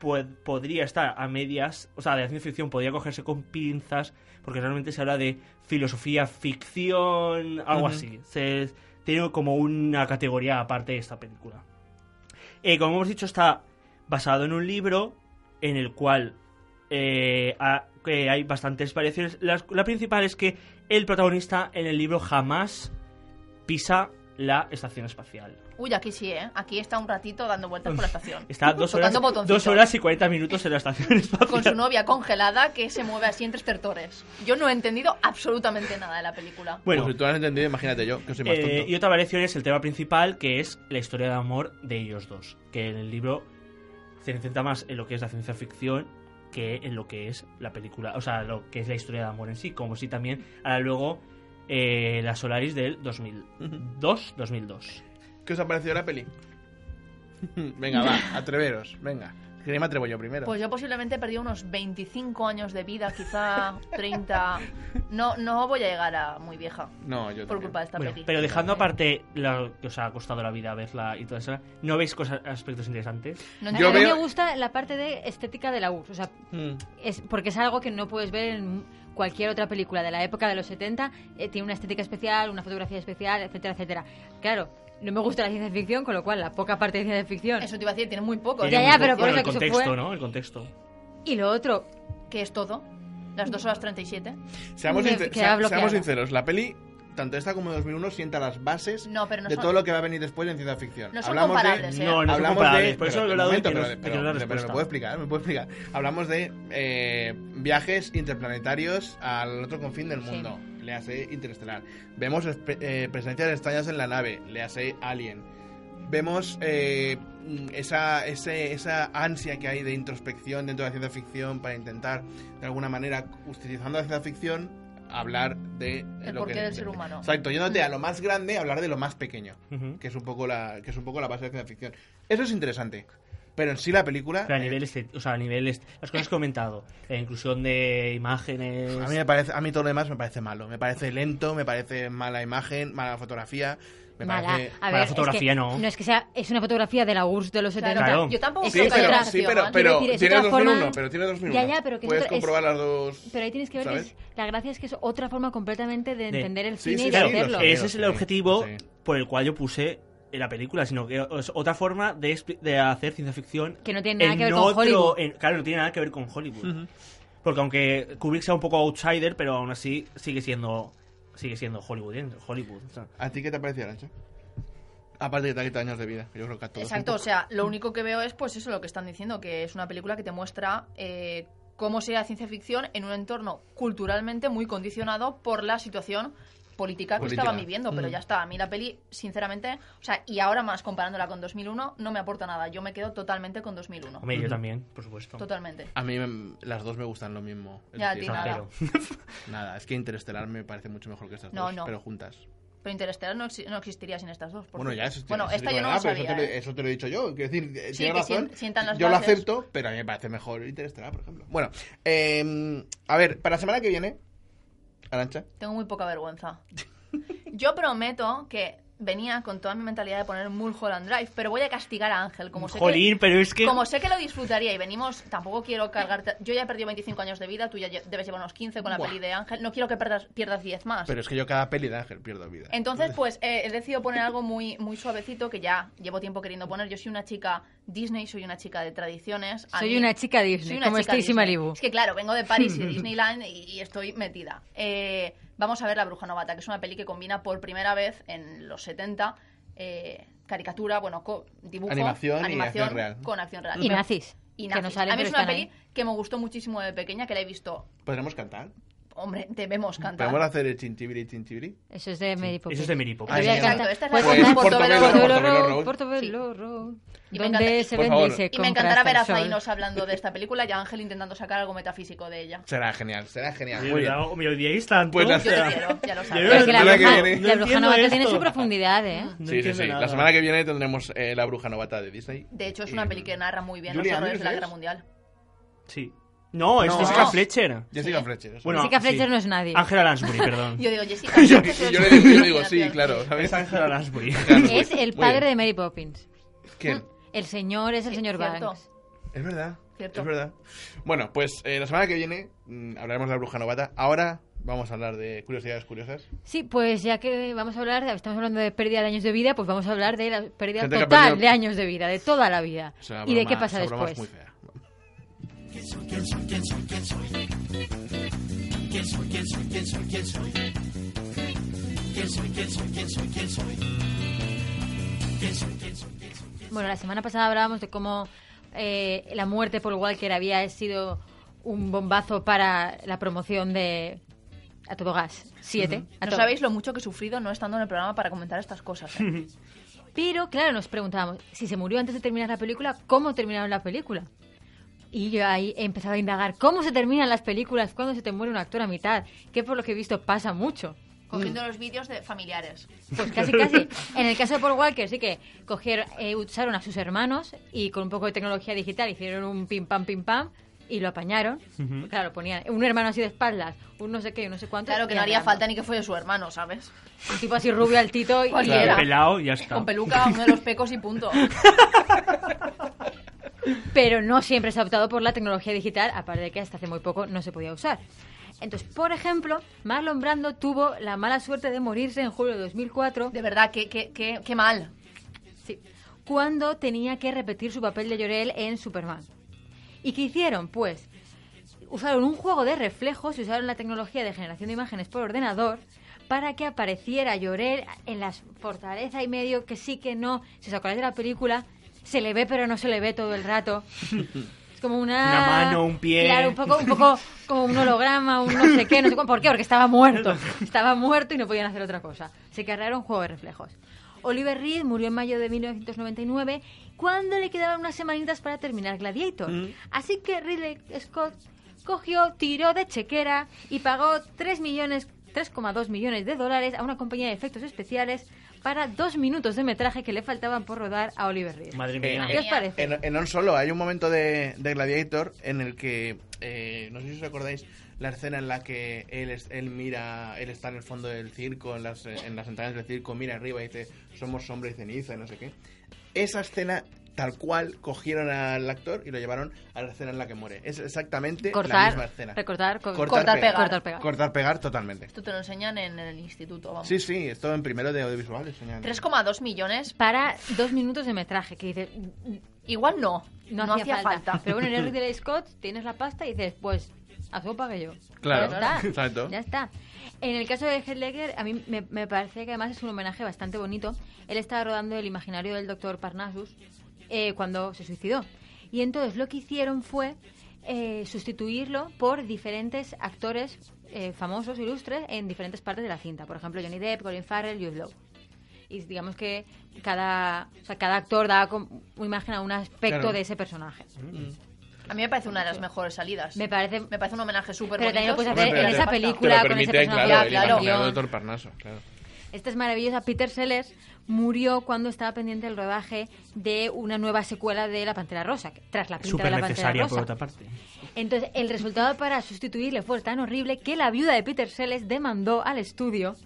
[SPEAKER 4] pu- podría estar a medias, o sea, de la ciencia ficción podría cogerse con pinzas, porque realmente se habla de filosofía ficción, algo
[SPEAKER 2] Ujú.
[SPEAKER 4] así. Se, tiene como una categoría aparte de esta película. Eh, como hemos dicho, está basado en un libro en el cual eh, ha- que hay bastantes variaciones. Las- la principal es que el protagonista en el libro jamás pisa la estación espacial.
[SPEAKER 3] Uy, aquí sí, ¿eh? Aquí está un ratito dando vueltas por la estación.
[SPEAKER 4] Está dos horas,
[SPEAKER 3] Tocando botoncitos.
[SPEAKER 4] dos horas y 40 minutos en la estación espacial.
[SPEAKER 3] Con su novia congelada que se mueve así entre estertores. Yo no he entendido absolutamente nada de la película.
[SPEAKER 4] Bueno,
[SPEAKER 2] Pues si tú lo has entendido, imagínate yo, que soy más
[SPEAKER 4] Eh,
[SPEAKER 2] tonto.
[SPEAKER 4] y otra variación es el tema principal, que es la historia de amor de ellos dos. Que en el libro se centra más en lo que es la ciencia ficción que en lo que es la película, o sea, lo que es la historia de amor en sí. Como si también ahora luego eh, la Solaris del 2002, 2002.
[SPEAKER 2] ¿Qué os ha parecido la peli? venga, va, atreveros, venga. Que me atrevo yo primero.
[SPEAKER 3] Pues yo posiblemente perdí unos 25 años de vida, quizá 30. No, no voy a llegar a muy vieja
[SPEAKER 2] no, yo
[SPEAKER 3] por
[SPEAKER 2] también.
[SPEAKER 3] culpa de esta
[SPEAKER 4] Bueno,
[SPEAKER 3] peli.
[SPEAKER 4] pero dejando aparte lo que os ha costado la vida verla y todo eso, ¿no veis cosas, aspectos interesantes?
[SPEAKER 3] No
[SPEAKER 5] A
[SPEAKER 2] Yo
[SPEAKER 5] mí
[SPEAKER 3] entiendo-
[SPEAKER 5] me
[SPEAKER 2] veo-
[SPEAKER 5] gusta la parte de estética de la URSS, o sea,
[SPEAKER 2] Mm.
[SPEAKER 5] es porque es algo que no puedes ver en cualquier otra película de la época de los 70. eh, tiene una estética especial, una fotografía especial, etcétera, etcétera. Claro, no me gusta la ciencia ficción, con lo cual la poca parte de ciencia ficción.
[SPEAKER 3] Eso te iba a decir, tiene muy poco.
[SPEAKER 5] Ya,
[SPEAKER 4] Tiene
[SPEAKER 3] ¿eh?
[SPEAKER 5] ya,
[SPEAKER 4] un
[SPEAKER 5] pero
[SPEAKER 4] poco-
[SPEAKER 5] por
[SPEAKER 4] bueno,
[SPEAKER 5] eso
[SPEAKER 4] el
[SPEAKER 5] que se
[SPEAKER 4] contexto,
[SPEAKER 5] fue-
[SPEAKER 4] ¿no? El contexto.
[SPEAKER 5] Y lo otro,
[SPEAKER 3] Que es todo. Las 2 horas 37.
[SPEAKER 2] Seamos,
[SPEAKER 5] Me
[SPEAKER 2] sincer-
[SPEAKER 5] queda
[SPEAKER 2] sea-
[SPEAKER 5] bloqueada.
[SPEAKER 2] seamos sinceros, la peli, tanto esta como 2001, sienta las bases
[SPEAKER 3] No, pero no
[SPEAKER 2] de
[SPEAKER 3] son-
[SPEAKER 2] todo lo que va a venir después en ciencia ficción.
[SPEAKER 3] No son
[SPEAKER 2] Hablamos
[SPEAKER 3] comparables,
[SPEAKER 2] de...
[SPEAKER 3] ¿eh?
[SPEAKER 4] No, no son
[SPEAKER 2] hablamos
[SPEAKER 4] comparables.
[SPEAKER 2] de-
[SPEAKER 4] Por eso
[SPEAKER 2] pero,
[SPEAKER 4] he hablado
[SPEAKER 2] un
[SPEAKER 4] de
[SPEAKER 2] momento,
[SPEAKER 4] que no-
[SPEAKER 2] pero-
[SPEAKER 4] de que no
[SPEAKER 2] pero-
[SPEAKER 4] la
[SPEAKER 2] pero me
[SPEAKER 4] respuesta.
[SPEAKER 2] puedo explicar, me puedo explicar. Hablamos de eh, viajes interplanetarios al otro confín del
[SPEAKER 5] Sí.
[SPEAKER 2] mundo. Le hace interestelar. Vemos espe- eh, presencias extrañas en la nave. Le hace alien. Vemos eh, mm, esa, ese- esa ansia que hay de introspección dentro de la ciencia ficción para intentar, de alguna manera, utilizando la ciencia ficción, hablar de... eh,
[SPEAKER 3] El porqué del ser humano.
[SPEAKER 2] Exacto, yéndote a lo más grande, hablar de lo más pequeño,
[SPEAKER 4] Ujú.
[SPEAKER 2] que, es un poco la, que es un poco la base de la ciencia ficción. Eso es interesante, pero en sí la película...
[SPEAKER 4] Pero a
[SPEAKER 2] eh,
[SPEAKER 4] nivel este, o sea, a nivel este- las cosas que he comentado, la inclusión de imágenes,
[SPEAKER 2] A mí, me parece, a mí todo lo demás me parece malo. Me parece lento, me parece mala imagen, mala fotografía. Me
[SPEAKER 5] mala. Ah,
[SPEAKER 2] parece.
[SPEAKER 5] A
[SPEAKER 4] mala
[SPEAKER 5] ver, es que
[SPEAKER 4] fotografía, no.
[SPEAKER 5] No es que sea, es una fotografía de la URSS de los 70.
[SPEAKER 4] Claro.
[SPEAKER 3] Yo tampoco
[SPEAKER 5] Es
[SPEAKER 2] Sí,
[SPEAKER 5] que
[SPEAKER 3] creo
[SPEAKER 2] pero,
[SPEAKER 3] haya
[SPEAKER 5] otra-
[SPEAKER 2] sí,
[SPEAKER 3] sido
[SPEAKER 2] pero,
[SPEAKER 3] mal.
[SPEAKER 2] pero
[SPEAKER 5] Quiero decir, es
[SPEAKER 2] tiene
[SPEAKER 5] otra forma-
[SPEAKER 2] 2001, pero tiene 2001.
[SPEAKER 5] Ya, ya, pero que es
[SPEAKER 2] Puedes
[SPEAKER 5] otra- es-
[SPEAKER 2] comprobar las dos.
[SPEAKER 5] Pero ahí tienes que ver que
[SPEAKER 2] ¿sabes?
[SPEAKER 5] es, la gracia es que es otra forma completamente de
[SPEAKER 4] De-
[SPEAKER 5] entender el
[SPEAKER 2] Sí,
[SPEAKER 5] cine
[SPEAKER 2] sí,
[SPEAKER 5] y de
[SPEAKER 2] sí,
[SPEAKER 4] Claro,
[SPEAKER 2] lo
[SPEAKER 5] hacerlo.
[SPEAKER 2] sé.
[SPEAKER 4] ese es el objetivo
[SPEAKER 2] Sí.
[SPEAKER 4] por el cual yo puse en la película, sino que es otra forma de, expli- de hacer ciencia ficción.
[SPEAKER 5] Que no tiene nada
[SPEAKER 4] en
[SPEAKER 5] que ver con Hollywood.
[SPEAKER 4] en- claro, no tiene nada que ver con Hollywood. Porque aunque Kubrick sea un poco outsider, pero aún así sigue siendo sigue siendo Hollywood. ¿eh? Hollywood o sea.
[SPEAKER 2] ¿A ti qué te pareció, Arancha? Aparte que te ha quitado años de vida. que Yo creo que a todos.
[SPEAKER 3] Exacto,
[SPEAKER 2] un
[SPEAKER 3] o sea, lo único que veo es pues eso lo que están diciendo, que es una película que te muestra eh, cómo sería ciencia ficción en un entorno culturalmente muy condicionado por la situación política que
[SPEAKER 2] Política.
[SPEAKER 3] estaban viviendo, pero
[SPEAKER 2] Mm.
[SPEAKER 3] ya está, a mí la peli, sinceramente, o sea, y ahora más comparándola con 2001, no me aporta nada, yo me quedo totalmente con 2001,
[SPEAKER 4] Hombre, yo también, por supuesto.
[SPEAKER 3] totalmente.
[SPEAKER 2] A mí mm, las dos me gustan lo mismo. Es
[SPEAKER 3] Ya, a
[SPEAKER 2] decir,
[SPEAKER 3] ti nada.
[SPEAKER 4] Pero-
[SPEAKER 2] Nada, es que Interestelar me parece mucho mejor que estas
[SPEAKER 3] No,
[SPEAKER 2] dos,
[SPEAKER 3] no.
[SPEAKER 2] pero juntas.
[SPEAKER 3] Pero Interestelar no, exi- no existiría sin estas dos. por
[SPEAKER 2] bueno,
[SPEAKER 3] cierto.
[SPEAKER 2] ya, eso es-
[SPEAKER 3] Bueno,
[SPEAKER 2] eso
[SPEAKER 3] esta
[SPEAKER 2] digo
[SPEAKER 3] yo no
[SPEAKER 2] la
[SPEAKER 3] lo
[SPEAKER 2] verdad, pero
[SPEAKER 3] sabía.
[SPEAKER 2] Eso te,
[SPEAKER 3] ¿eh?
[SPEAKER 2] lo, eso te lo he dicho yo. Quiero decir, eh,
[SPEAKER 3] Sí,
[SPEAKER 2] tiene
[SPEAKER 3] que
[SPEAKER 2] razón.
[SPEAKER 3] sien- sientan las
[SPEAKER 2] yo
[SPEAKER 3] bases.
[SPEAKER 2] lo acepto, pero a mí me parece mejor Interestelar, por ejemplo. Bueno, eh, a ver, para la semana que viene, Arancha.
[SPEAKER 3] Tengo muy poca vergüenza. Yo prometo que venía con toda mi mentalidad de poner Mulholland Drive, pero voy a castigar a Ángel, como sé que-
[SPEAKER 4] Jolín, pero es que...
[SPEAKER 3] Como sé que lo disfrutaría y venimos, tampoco quiero cargarte. Yo ya he perdido 25 años de vida, tú ya lle- debes llevar unos 15 con la
[SPEAKER 2] Buah.
[SPEAKER 3] peli de Ángel. No quiero que perdas, pierdas 10 más.
[SPEAKER 2] Pero es que yo cada peli de Ángel pierdo vida.
[SPEAKER 3] Entonces, pues eh, he decidido poner algo muy, muy suavecito que ya llevo tiempo queriendo poner. Yo soy una chica Disney, soy una chica de tradiciones. A
[SPEAKER 5] Soy
[SPEAKER 3] mí-
[SPEAKER 5] una chica Disney,
[SPEAKER 3] soy una
[SPEAKER 5] como
[SPEAKER 3] chica
[SPEAKER 5] Stacy
[SPEAKER 3] Disney.
[SPEAKER 5] Malibu.
[SPEAKER 3] Es que claro, vengo de París y de Disneyland y, y estoy metida. Eh, vamos a ver La Bruja Novata, que es una peli que combina por primera vez en los 70 eh, caricatura, bueno, co- dibujo,
[SPEAKER 2] Animación y
[SPEAKER 3] animación
[SPEAKER 2] acción real.
[SPEAKER 3] con acción real.
[SPEAKER 5] Y nazis.
[SPEAKER 3] Y
[SPEAKER 5] Que no
[SPEAKER 3] nazis.
[SPEAKER 5] salen,
[SPEAKER 3] a mí
[SPEAKER 5] pero
[SPEAKER 3] es una
[SPEAKER 5] están
[SPEAKER 3] peli que me gustó muchísimo de pequeña, que la he visto.
[SPEAKER 2] ¿Podremos cantar?
[SPEAKER 3] Hombre, debemos cantar.
[SPEAKER 2] ¿Podemos hacer el chintibiri, chintibiri?
[SPEAKER 5] Eso es de Mary Poppins.
[SPEAKER 4] Eso es de Mary Poppins.
[SPEAKER 2] Ay,
[SPEAKER 5] Voy a
[SPEAKER 2] exacto,
[SPEAKER 5] cantar.
[SPEAKER 3] esta es la
[SPEAKER 5] Puedes
[SPEAKER 3] canción
[SPEAKER 5] cantar
[SPEAKER 3] de Portobelo
[SPEAKER 2] Portobelo
[SPEAKER 5] Road,
[SPEAKER 2] Road.
[SPEAKER 5] Portobelo Road.
[SPEAKER 3] Y me
[SPEAKER 5] Donde
[SPEAKER 3] encanta-
[SPEAKER 5] se
[SPEAKER 2] Por
[SPEAKER 5] vende y
[SPEAKER 2] favor.
[SPEAKER 5] se
[SPEAKER 3] Y me
[SPEAKER 5] compra
[SPEAKER 3] encantará
[SPEAKER 5] hasta
[SPEAKER 3] ver a
[SPEAKER 5] el sol.
[SPEAKER 3] Zainos hablando de esta película y a Ángel intentando sacar algo metafísico de ella.
[SPEAKER 2] Será genial, será genial.
[SPEAKER 4] Oye,
[SPEAKER 2] Muy bien.
[SPEAKER 4] ¿verdad? ¿Me odiáis tanto?
[SPEAKER 2] Pues la-
[SPEAKER 4] O
[SPEAKER 3] Yo te
[SPEAKER 4] sea,
[SPEAKER 3] quiero, ya lo
[SPEAKER 4] Pero
[SPEAKER 5] Pero
[SPEAKER 2] La
[SPEAKER 5] es
[SPEAKER 3] sabes.
[SPEAKER 5] que la
[SPEAKER 2] semana que
[SPEAKER 5] bruja,
[SPEAKER 2] viene.
[SPEAKER 5] la bruja
[SPEAKER 4] No
[SPEAKER 5] novata
[SPEAKER 4] entiendo
[SPEAKER 5] tiene su
[SPEAKER 4] esto.
[SPEAKER 5] profundidad, ¿eh?
[SPEAKER 4] no
[SPEAKER 2] sí, sí,
[SPEAKER 4] entiendo
[SPEAKER 2] sí.
[SPEAKER 4] nada.
[SPEAKER 2] La semana que viene tendremos eh, La Bruja Novata de Disney.
[SPEAKER 3] De hecho, es
[SPEAKER 2] Y-
[SPEAKER 3] una peli que narra muy bien los
[SPEAKER 2] eh, Julia
[SPEAKER 3] horrores de la
[SPEAKER 2] Andrews,
[SPEAKER 3] Guerra
[SPEAKER 2] ¿es?
[SPEAKER 3] Mundial.
[SPEAKER 4] Sí. No, es
[SPEAKER 2] No.
[SPEAKER 4] Jessica
[SPEAKER 3] No.
[SPEAKER 4] Fletcher.
[SPEAKER 2] Jessica Fletcher. eso.
[SPEAKER 4] Bueno,
[SPEAKER 5] Jessica
[SPEAKER 4] sí.
[SPEAKER 5] Fletcher no es nadie.
[SPEAKER 4] Ángela Lansbury, perdón.
[SPEAKER 3] Yo digo, Jessica.
[SPEAKER 2] Y yo,
[SPEAKER 3] ¿qué es eso?
[SPEAKER 2] y yo le digo, yo le digo, sí, claro. ¿sabes?
[SPEAKER 4] Es Ángela Lansbury.
[SPEAKER 5] Es el
[SPEAKER 2] pues. Muy
[SPEAKER 5] padre de
[SPEAKER 2] bien.
[SPEAKER 5] Mary Poppins.
[SPEAKER 2] ¿Quién?
[SPEAKER 5] El señor es el
[SPEAKER 3] Sí,
[SPEAKER 5] señor
[SPEAKER 3] Eh, cierto.
[SPEAKER 5] Banks.
[SPEAKER 2] Es verdad.
[SPEAKER 3] Cierto.
[SPEAKER 2] Es verdad. Bueno, pues eh, la semana que viene mm, hablaremos de la bruja novata. Ahora vamos a hablar de curiosidades curiosas.
[SPEAKER 5] Sí, pues ya que vamos a hablar, estamos hablando de pérdida de años de vida, pues vamos a hablar de la pérdida
[SPEAKER 2] Gente que ha
[SPEAKER 5] total
[SPEAKER 2] perdido-
[SPEAKER 5] de años de vida, de toda la vida.
[SPEAKER 2] O sea,
[SPEAKER 5] y de
[SPEAKER 2] broma-
[SPEAKER 5] qué pasa
[SPEAKER 2] esa broma
[SPEAKER 5] después.
[SPEAKER 2] es muy fea.
[SPEAKER 5] Bueno, la semana pasada hablábamos de cómo eh, la muerte por Walker había sido un bombazo para la promoción de A Todo Gas 7. a
[SPEAKER 3] No
[SPEAKER 5] todo.
[SPEAKER 3] sabéis lo mucho que he sufrido no estando en el programa para comentar estas cosas. ¿eh?
[SPEAKER 5] Pero claro, nos preguntábamos, si se murió antes de terminar la película, ¿cómo terminaron la película? Y yo ahí he empezado a indagar, ¿cómo se terminan las películas? ¿Cuándo se te muere un actor a mitad? Que por lo que he visto pasa mucho.
[SPEAKER 3] cogiendo los vídeos de familiares.
[SPEAKER 5] Pues casi, casi. En el caso de Paul Walker, sí que cogieron, eh, usaron a sus hermanos y con un poco de tecnología digital hicieron un pim pam pim pam y lo apañaron. Claro, ponían un hermano así de espaldas, un no sé qué, un no sé cuánto.
[SPEAKER 3] Claro que
[SPEAKER 5] y
[SPEAKER 3] no haría
[SPEAKER 5] hablando.
[SPEAKER 3] falta ni que fuese su hermano, ¿sabes?
[SPEAKER 5] Un tipo así rubio altito y.
[SPEAKER 3] Cualquiera. Claro.
[SPEAKER 4] Pelado y ya está.
[SPEAKER 3] Con peluca, uno de los pecos y punto.
[SPEAKER 5] Pero no siempre se ha optado por la tecnología digital, aparte de que hasta hace muy poco no se podía usar. Entonces, por ejemplo, Marlon Brando tuvo la mala suerte de morirse en julio de 2004
[SPEAKER 3] De verdad, qué, qué, qué, qué mal.
[SPEAKER 5] Sí. Cuando tenía que repetir su papel de Llorel en Superman. ¿Y qué hicieron? Pues usaron un juego de reflejos y usaron la tecnología de generación de imágenes por ordenador para que apareciera Llorel en las fortaleza y medio que sí que no. Si os acordáis de la película, se le ve pero no se le ve todo el rato. Es como una...
[SPEAKER 4] Una mano, un pie.
[SPEAKER 5] Claro, un poco, un poco como un holograma, un no sé qué, no sé cuán- ¿Por qué? Porque estaba muerto. Estaba muerto y no podían hacer otra cosa. Se cargaron juego de reflejos. Oliver Reed murió en mayo de 1999 cuando le quedaban unas semanitas para terminar Gladiator.
[SPEAKER 2] Mm.
[SPEAKER 5] Así que Ridley Scott cogió, tiró de chequera y pagó 3 millones, 3,2 millones de dólares a una compañía de efectos especiales para dos minutos de metraje que le faltaban por rodar a Oliver Reed.
[SPEAKER 4] Madre
[SPEAKER 2] Eh,
[SPEAKER 4] mía.
[SPEAKER 5] ¿Qué os parece?
[SPEAKER 2] En, en On Solo hay un momento de, de Gladiator en el que, eh, no sé si os acordáis, la escena en la que él, es- él mira, él está en el fondo del circo, en las, eh, en las entrañas del circo, mira arriba y dice, somos sombra y ceniza, y no sé qué. Esa escena, tal cual, cogieron al actor y lo llevaron a la escena en la que muere. Es exactamente Este, la misma
[SPEAKER 5] Cortar,
[SPEAKER 2] escena.
[SPEAKER 5] recortar, co-
[SPEAKER 2] Cortar,
[SPEAKER 3] cortar,
[SPEAKER 2] pegar.
[SPEAKER 3] pegar.
[SPEAKER 5] cortar, pegar.
[SPEAKER 2] Cortar, pegar, totalmente.
[SPEAKER 3] Esto te lo enseñan en el instituto, vamos.
[SPEAKER 2] Sí, sí, esto en primero de audiovisuales. señor.
[SPEAKER 3] 3,2 millones.
[SPEAKER 5] Para dos minutos de metraje, que dices, "Mm,
[SPEAKER 3] Igual no.
[SPEAKER 5] no, hacía falta. Pero bueno, en Ridley Scott tienes la pasta y dices, pues, a su pague yo.
[SPEAKER 2] Claro,
[SPEAKER 5] ya está.
[SPEAKER 2] exacto.
[SPEAKER 5] Ya está. En el caso de Headlegger, a mí me, me parece que además es un homenaje bastante bonito. Él estaba rodando el imaginario del doctor Parnassus eh, cuando se suicidó. Y entonces lo que hicieron fue eh, sustituirlo por diferentes actores eh, famosos, ilustres, en diferentes partes de la cinta. Por ejemplo, Johnny Depp, Colin Farrell, Jude Law y digamos que cada, o sea, cada actor da como una imagen a un aspecto
[SPEAKER 2] Claro.
[SPEAKER 5] de ese personaje.
[SPEAKER 3] A mí me parece una de las mejores salidas.
[SPEAKER 5] Me parece-
[SPEAKER 3] me parece un homenaje súper
[SPEAKER 5] Pero también lo puedes
[SPEAKER 2] hacer en esa
[SPEAKER 5] película con ese personaje,
[SPEAKER 2] claro,
[SPEAKER 3] claro.
[SPEAKER 2] el imaginario de Doctor Parnaso, claro.
[SPEAKER 5] Esta es maravillosa. Peter Sellers murió cuando estaba pendiente el rodaje de una nueva secuela de La Pantera Rosa, que- tras la pinta de
[SPEAKER 4] Súper
[SPEAKER 5] La Pantera
[SPEAKER 4] necesaria, por
[SPEAKER 5] Rosa.
[SPEAKER 4] otra parte.
[SPEAKER 5] Entonces, el resultado para sustituirle fue tan horrible que la viuda de Peter Sellers demandó al estudio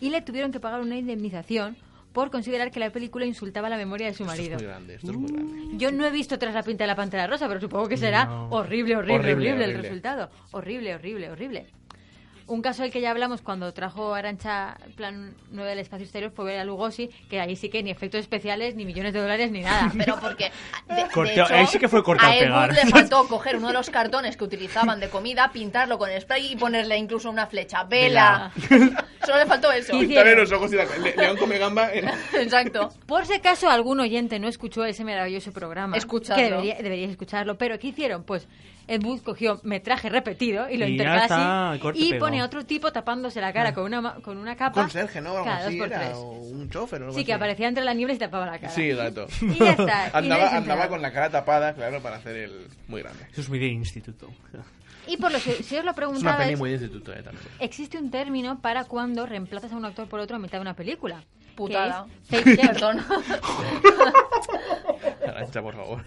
[SPEAKER 5] y le tuvieron que pagar una indemnización por considerar que la película insultaba la memoria de su
[SPEAKER 2] Esto es
[SPEAKER 5] marido. Mm.
[SPEAKER 2] muy grande, esto es muy grande.
[SPEAKER 5] Yo no he visto tras la pinta de la pantera rosa, pero supongo que será
[SPEAKER 4] No.
[SPEAKER 5] horrible, horrible,
[SPEAKER 2] Horrible,
[SPEAKER 5] horrible,
[SPEAKER 2] horrible.
[SPEAKER 5] el resultado. Horrible, horrible, horrible. Un caso del que ya hablamos cuando trajo Arancha Plan 9 del espacio exterior fue ver a Lugosi, que ahí sí que ni efectos especiales, ni millones de dólares, ni nada.
[SPEAKER 3] Pero porque. De, de
[SPEAKER 4] Corteo-
[SPEAKER 3] hecho,
[SPEAKER 4] ahí sí que fue cortar,
[SPEAKER 3] a Ed Wood
[SPEAKER 4] pegar.
[SPEAKER 3] le faltó coger uno de los cartones que utilizaban de comida, pintarlo con spray y ponerle incluso una flecha. ¡Vela! Solo le faltó eso.
[SPEAKER 5] Y-
[SPEAKER 2] Dale los ojos y la, le, León come gamba. en-
[SPEAKER 3] Exacto.
[SPEAKER 5] Por si acaso algún oyente no escuchó ese maravilloso programa,
[SPEAKER 3] Escuchadlo.
[SPEAKER 5] que debería, deberíais escucharlo, pero ¿qué hicieron? Pues Ed Wood cogió metraje repetido y lo
[SPEAKER 4] Y ya
[SPEAKER 5] intercala
[SPEAKER 4] está,
[SPEAKER 5] así,
[SPEAKER 4] corte y
[SPEAKER 5] y
[SPEAKER 4] pegó. Ah.
[SPEAKER 5] pone otro tipo tapándose la cara con una, ma- con una
[SPEAKER 2] Un
[SPEAKER 5] capa.
[SPEAKER 2] conserje, ¿no? Algo
[SPEAKER 5] cada dos
[SPEAKER 2] así
[SPEAKER 5] por
[SPEAKER 2] era,
[SPEAKER 5] tres.
[SPEAKER 2] o un chofer o algo
[SPEAKER 5] Sí, que
[SPEAKER 2] así.
[SPEAKER 5] aparecía entre la niebla y se tapaba la cara.
[SPEAKER 2] Sí, exacto.
[SPEAKER 5] Y ya está. y
[SPEAKER 2] Andaba,
[SPEAKER 5] nadie se
[SPEAKER 2] andaba
[SPEAKER 5] enteraba.
[SPEAKER 2] con la cara tapada, claro, para hacer el muy grande.
[SPEAKER 4] Eso es muy de instituto.
[SPEAKER 5] Y por lo que, si os
[SPEAKER 2] Es
[SPEAKER 5] lo
[SPEAKER 2] una peli
[SPEAKER 5] preguntabais,
[SPEAKER 2] muy de instituto, eh, también.
[SPEAKER 5] existe un término para cuando reemplazas a un actor por otro a mitad de una película. que
[SPEAKER 3] Putada.
[SPEAKER 5] es fake shame.
[SPEAKER 3] Perdón.
[SPEAKER 2] Arancha, por favor.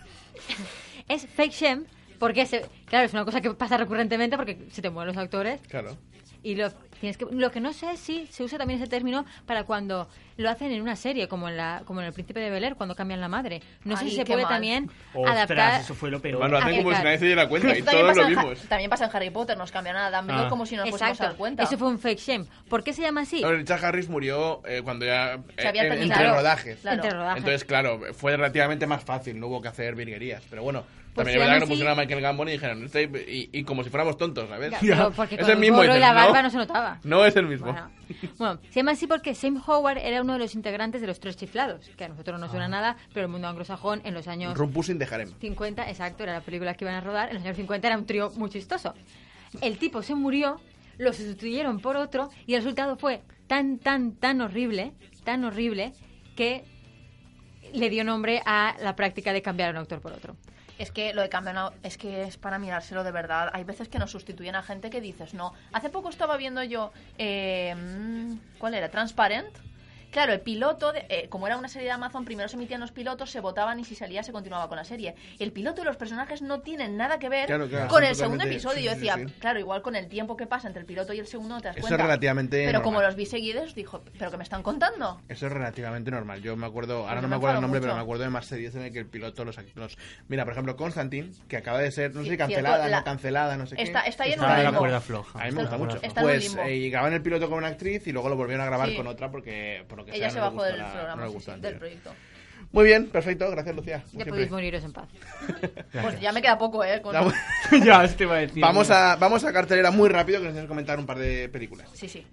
[SPEAKER 5] es fake shame porque, se- claro, es una cosa que pasa recurrentemente porque se te mueven los actores
[SPEAKER 2] Claro.
[SPEAKER 5] y lo tienes que... Lo que no sé es si se usa también ese término para cuando lo hacen en una serie, como en, la, como en El Príncipe de Bel-Air, cuando cambian la madre. No sé
[SPEAKER 3] Ay,
[SPEAKER 5] si se
[SPEAKER 3] qué
[SPEAKER 5] puede
[SPEAKER 3] mal.
[SPEAKER 5] también adaptar...
[SPEAKER 4] Ostras, eso fue lo peor.
[SPEAKER 2] Además, lo
[SPEAKER 5] Ah,
[SPEAKER 2] hacen como
[SPEAKER 5] claro.
[SPEAKER 2] si nadie se diera cuenta y
[SPEAKER 3] Esto también,
[SPEAKER 2] todos
[SPEAKER 3] pasa
[SPEAKER 2] lo
[SPEAKER 3] en
[SPEAKER 2] vimos.
[SPEAKER 3] Ha- también pasa en Harry Potter, nos cambian a Dumbledore
[SPEAKER 4] Ah.
[SPEAKER 3] como si no nos fuésemos a dar
[SPEAKER 5] Exacto,
[SPEAKER 3] cuenta.
[SPEAKER 5] eso fue un fake shame. ¿Por qué se llama así?
[SPEAKER 2] No, Richard Harris murió eh, cuando ya.
[SPEAKER 3] Se había
[SPEAKER 2] eh, en-
[SPEAKER 3] terminado.
[SPEAKER 2] entre rodajes.
[SPEAKER 3] Claro.
[SPEAKER 5] Entre rodajes.
[SPEAKER 2] Entonces, claro, fue relativamente más fácil, no hubo que hacer virguerías. Pero bueno,
[SPEAKER 3] Pues
[SPEAKER 2] también es
[SPEAKER 5] si
[SPEAKER 2] verdad
[SPEAKER 5] aún
[SPEAKER 2] que no
[SPEAKER 5] así-
[SPEAKER 2] pusieron a Michael Gambon y dijeron, este- y, y como si fuéramos tontos, ¿sabes?
[SPEAKER 5] Ya, pero porque
[SPEAKER 2] Es
[SPEAKER 5] con
[SPEAKER 2] el
[SPEAKER 5] el
[SPEAKER 2] mismo,
[SPEAKER 5] gorro y
[SPEAKER 2] dices,
[SPEAKER 5] la barba
[SPEAKER 2] no.
[SPEAKER 5] no se notaba.
[SPEAKER 2] No es el mismo.
[SPEAKER 5] Bueno, bueno, se llama así porque Sam Howard era uno de los integrantes de los Tres Chiflados, que a nosotros no nos suena nada, pero el mundo anglosajón en los años
[SPEAKER 2] Rumpus sin dejaremos.
[SPEAKER 5] 50, exacto, era la película que iban a rodar, en los años 50 era un trío muy chistoso. El tipo se murió, lo sustituyeron por otro y el resultado fue tan, tan, tan horrible, tan horrible, que le dio nombre a la práctica de cambiar a un actor por otro.
[SPEAKER 3] Es que lo de campeonato es que es para mirárselo de verdad. Hay veces que nos sustituyen a gente que dices no. Hace poco estaba viendo yo, eh, mm, ¿cuál era? Transparent. Claro, el piloto, de- eh, como era una serie de Amazon, primero se emitían los pilotos, se votaban y si salía se continuaba con la serie. El piloto y los personajes no tienen nada que ver
[SPEAKER 2] Claro, claro,
[SPEAKER 3] con
[SPEAKER 2] son
[SPEAKER 3] el segundo
[SPEAKER 2] totalmente-
[SPEAKER 3] episodio.
[SPEAKER 2] sí,
[SPEAKER 3] Yo
[SPEAKER 2] sí,
[SPEAKER 3] decía,
[SPEAKER 2] sí.
[SPEAKER 3] claro, igual con el tiempo que pasa entre el piloto y el segundo no te das
[SPEAKER 2] Eso es
[SPEAKER 3] cuenta.
[SPEAKER 2] relativamente
[SPEAKER 3] Pero como
[SPEAKER 2] normal.
[SPEAKER 3] los vi seguidos, dijo, ¿pero qué me están contando?
[SPEAKER 2] Eso es relativamente normal. Yo me acuerdo, ahora
[SPEAKER 3] Porque
[SPEAKER 2] no
[SPEAKER 3] me
[SPEAKER 2] me acuerdo el
[SPEAKER 3] enfado
[SPEAKER 2] nombre,
[SPEAKER 3] mucho.
[SPEAKER 2] pero me acuerdo de más series en el que el piloto, los actores. Mira, por ejemplo, Constantine, que acaba de ser, no sé si
[SPEAKER 3] Cierto,
[SPEAKER 2] cancelada,
[SPEAKER 3] la-
[SPEAKER 2] no cancelada, no sé
[SPEAKER 3] Está-
[SPEAKER 2] qué.
[SPEAKER 3] está ahí en
[SPEAKER 4] Está
[SPEAKER 3] un
[SPEAKER 4] en la
[SPEAKER 3] limbo.
[SPEAKER 4] cuerda floja.
[SPEAKER 2] A mí me gusta
[SPEAKER 4] Está en la
[SPEAKER 2] mucho.
[SPEAKER 4] cuerda
[SPEAKER 3] Está en un
[SPEAKER 2] pues
[SPEAKER 3] limbo.
[SPEAKER 2] eh, grababan el piloto con una actriz y luego lo volvieron a grabar
[SPEAKER 3] Sí.
[SPEAKER 2] con otra porque, por lo que sea,
[SPEAKER 3] Ella se
[SPEAKER 2] no le
[SPEAKER 3] bajó
[SPEAKER 2] gustó
[SPEAKER 3] del
[SPEAKER 2] la- no
[SPEAKER 3] programa,
[SPEAKER 2] le
[SPEAKER 3] sí,
[SPEAKER 2] gustó
[SPEAKER 3] sí,
[SPEAKER 2] la
[SPEAKER 3] del
[SPEAKER 2] anterior.
[SPEAKER 3] proyecto.
[SPEAKER 2] Muy bien, perfecto, gracias Lucía. como
[SPEAKER 5] Ya
[SPEAKER 2] siempre.
[SPEAKER 5] podéis moriros en paz.
[SPEAKER 3] Pues ya me queda poco, ¿eh? Con-
[SPEAKER 2] Vamos-
[SPEAKER 4] floja. ya, eso te iba a decir.
[SPEAKER 2] Vamos a, vamos a cartelera muy rápido que nos tienes que comentar un par de películas.
[SPEAKER 3] Sí, sí.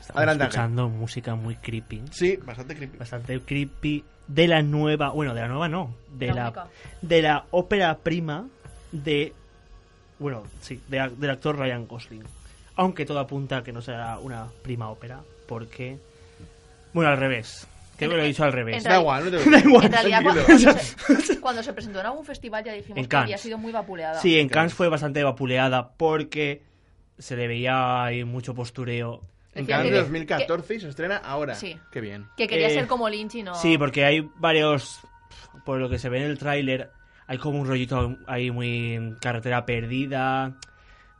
[SPEAKER 4] Estamos
[SPEAKER 2] Adelante, Ángel.
[SPEAKER 4] escuchando música muy creepy.
[SPEAKER 2] Sí, bastante creepy.
[SPEAKER 4] Bastante creepy. De la nueva. Bueno, de la nueva no. De
[SPEAKER 3] La
[SPEAKER 4] la,
[SPEAKER 3] única.
[SPEAKER 4] de la ópera prima de. Bueno, sí, de- del actor Ryan Gosling. Aunque todo apunta a que no será una prima ópera. Porque. Bueno, al revés. Creo que lo he dicho al revés.
[SPEAKER 3] en
[SPEAKER 2] Da igual, no te
[SPEAKER 4] Da igual.
[SPEAKER 2] preocupes.
[SPEAKER 3] En realidad, pues, cuando,
[SPEAKER 2] Pues Tranquilo.
[SPEAKER 3] cuando se, cuando se presentó en algún festival ya dijimos
[SPEAKER 4] En
[SPEAKER 3] que había
[SPEAKER 4] Cannes.
[SPEAKER 3] sido muy vapuleada.
[SPEAKER 4] Sí, en Cannes fue bastante vapuleada porque se le veía ahí mucho postureo.
[SPEAKER 2] En
[SPEAKER 3] Decía
[SPEAKER 2] cambio,
[SPEAKER 3] que-
[SPEAKER 2] 2014 y se estrena ahora.
[SPEAKER 3] Sí.
[SPEAKER 2] Qué bien.
[SPEAKER 3] Que quería
[SPEAKER 4] Eh,
[SPEAKER 3] ser como Lynch y no...
[SPEAKER 4] Sí, porque hay varios. Por lo que se ve en el tráiler, hay como un rollito ahí muy carretera perdida.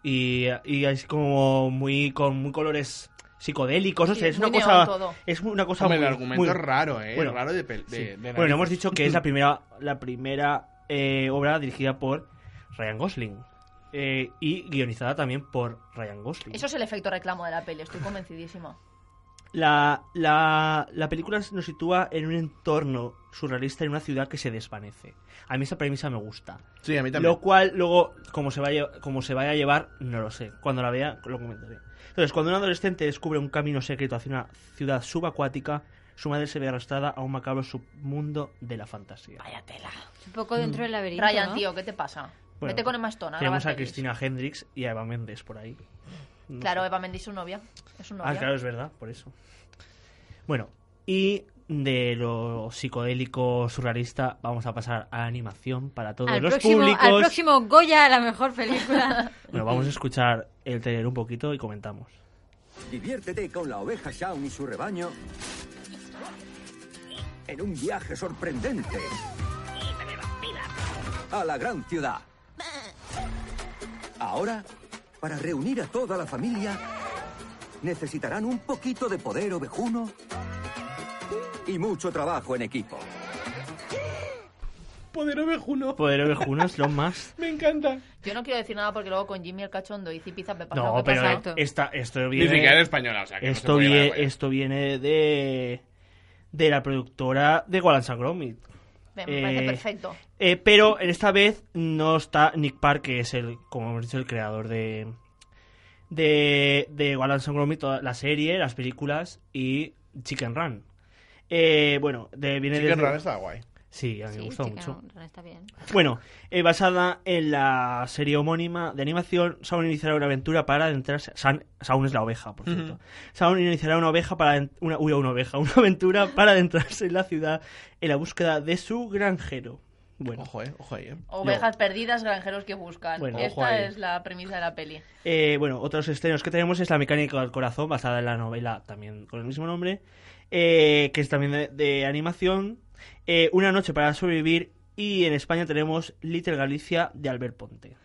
[SPEAKER 4] Y, y es como muy con muy colores psicodélicos. No
[SPEAKER 3] Sí,
[SPEAKER 4] sé, es
[SPEAKER 3] muy
[SPEAKER 4] una
[SPEAKER 3] neón
[SPEAKER 4] cosa.
[SPEAKER 3] todo.
[SPEAKER 4] Es una cosa
[SPEAKER 2] Hombre,
[SPEAKER 4] muy.
[SPEAKER 2] el argumento
[SPEAKER 4] muy-
[SPEAKER 2] es raro, ¿eh?
[SPEAKER 4] bueno,
[SPEAKER 2] raro de, pel- de-
[SPEAKER 4] sí.
[SPEAKER 2] de nariz.
[SPEAKER 4] Bueno, hemos dicho que es la primera, la primera eh, obra dirigida por Ryan Gosling. eh, y guionizada también por Ryan Gosling.
[SPEAKER 3] Eso es el efecto reclamo de la peli, estoy convencidísima.
[SPEAKER 4] La, la, la película nos sitúa en un entorno surrealista en una ciudad que se desvanece. A mí esa premisa me gusta.
[SPEAKER 2] Sí, a mí también.
[SPEAKER 4] Lo cual, luego, como se, vaya, como se vaya a llevar, no lo sé. Cuando la vea, lo comentaré. Entonces, cuando un adolescente descubre un camino secreto hacia una ciudad subacuática, su madre se ve arrastrada a un macabro submundo de la fantasía.
[SPEAKER 3] Vaya tela.
[SPEAKER 5] Un poco dentro del laberinto.
[SPEAKER 3] Ryan,
[SPEAKER 5] ¿no?
[SPEAKER 3] tío, ¿qué te pasa?
[SPEAKER 4] Bueno,
[SPEAKER 3] Vete con Emma Stone.
[SPEAKER 4] Tenemos
[SPEAKER 3] grabar pelis.
[SPEAKER 4] a Cristina Hendricks y a Eva Méndez por ahí. No
[SPEAKER 3] Claro,
[SPEAKER 4] sé.
[SPEAKER 3] Eva Mendy es su novia. Es su novia.
[SPEAKER 4] Ah, claro, es verdad, por eso. Bueno, y de lo psicodélico surrealista vamos a pasar a la animación para todos
[SPEAKER 5] Al
[SPEAKER 4] los
[SPEAKER 5] próximo, al
[SPEAKER 4] públicos.
[SPEAKER 5] próximo Goya a la mejor película.
[SPEAKER 4] Bueno, vamos a escuchar el trailer un poquito y comentamos.
[SPEAKER 7] Diviértete con la oveja Shaun y su rebaño en un viaje sorprendente a la gran ciudad. Ahora, para reunir a toda la familia, necesitarán un poquito de poder ovejuno y mucho trabajo en equipo.
[SPEAKER 2] Poder ovejuno.
[SPEAKER 4] Poder Ovejuno es lo más.
[SPEAKER 2] Me encanta.
[SPEAKER 3] Yo no quiero decir nada porque luego con Jimmy el cachondo y Zipiza me pasa lo
[SPEAKER 4] No,
[SPEAKER 3] que
[SPEAKER 4] pero eh,
[SPEAKER 3] pasa.
[SPEAKER 5] Exacto.
[SPEAKER 4] esta, esto
[SPEAKER 2] Ni siquiera
[SPEAKER 4] viene.
[SPEAKER 2] es española, o sea, que no se
[SPEAKER 4] Esto
[SPEAKER 2] puede llevar
[SPEAKER 4] viene,
[SPEAKER 2] a la
[SPEAKER 4] esto viene de. de la productora de Wallace Gromit.
[SPEAKER 3] Me, me parece
[SPEAKER 4] Eh,
[SPEAKER 3] perfecto.
[SPEAKER 4] Eh, pero en esta vez no está Nick Park, que es el, como hemos dicho, el creador de. De. De Wallace and Gromit, toda la serie, las películas y Chicken Run. Eh, bueno, de, viene
[SPEAKER 2] Chicken
[SPEAKER 4] desde-
[SPEAKER 2] Run está guay.
[SPEAKER 4] Sí, a mí
[SPEAKER 5] Sí,
[SPEAKER 4] me gustó
[SPEAKER 5] Chicken
[SPEAKER 4] mucho.
[SPEAKER 5] Run está bien.
[SPEAKER 4] Bueno, eh, basada en la serie homónima de animación, Sound iniciará una aventura para adentrarse. Sound, Sound es la oveja, por cierto. Sound iniciará una oveja para. adent- Una, uy, una oveja, una aventura para adentrarse en la ciudad en la búsqueda de su granjero. Bueno,
[SPEAKER 2] Ojo, eh, ojo ahí, eh.
[SPEAKER 3] Ovejas perdidas, granjeros que buscan.
[SPEAKER 4] Bueno, ojo
[SPEAKER 3] Esta
[SPEAKER 4] ahí.
[SPEAKER 3] es la premisa de la peli.
[SPEAKER 4] Eh, bueno, otros estrenos que tenemos es La mecánica del corazón, basada en la novela también con el mismo nombre, eh, que es también de, de animación. eh, Una noche para sobrevivir y en España tenemos Little Galicia de Albert Ponte.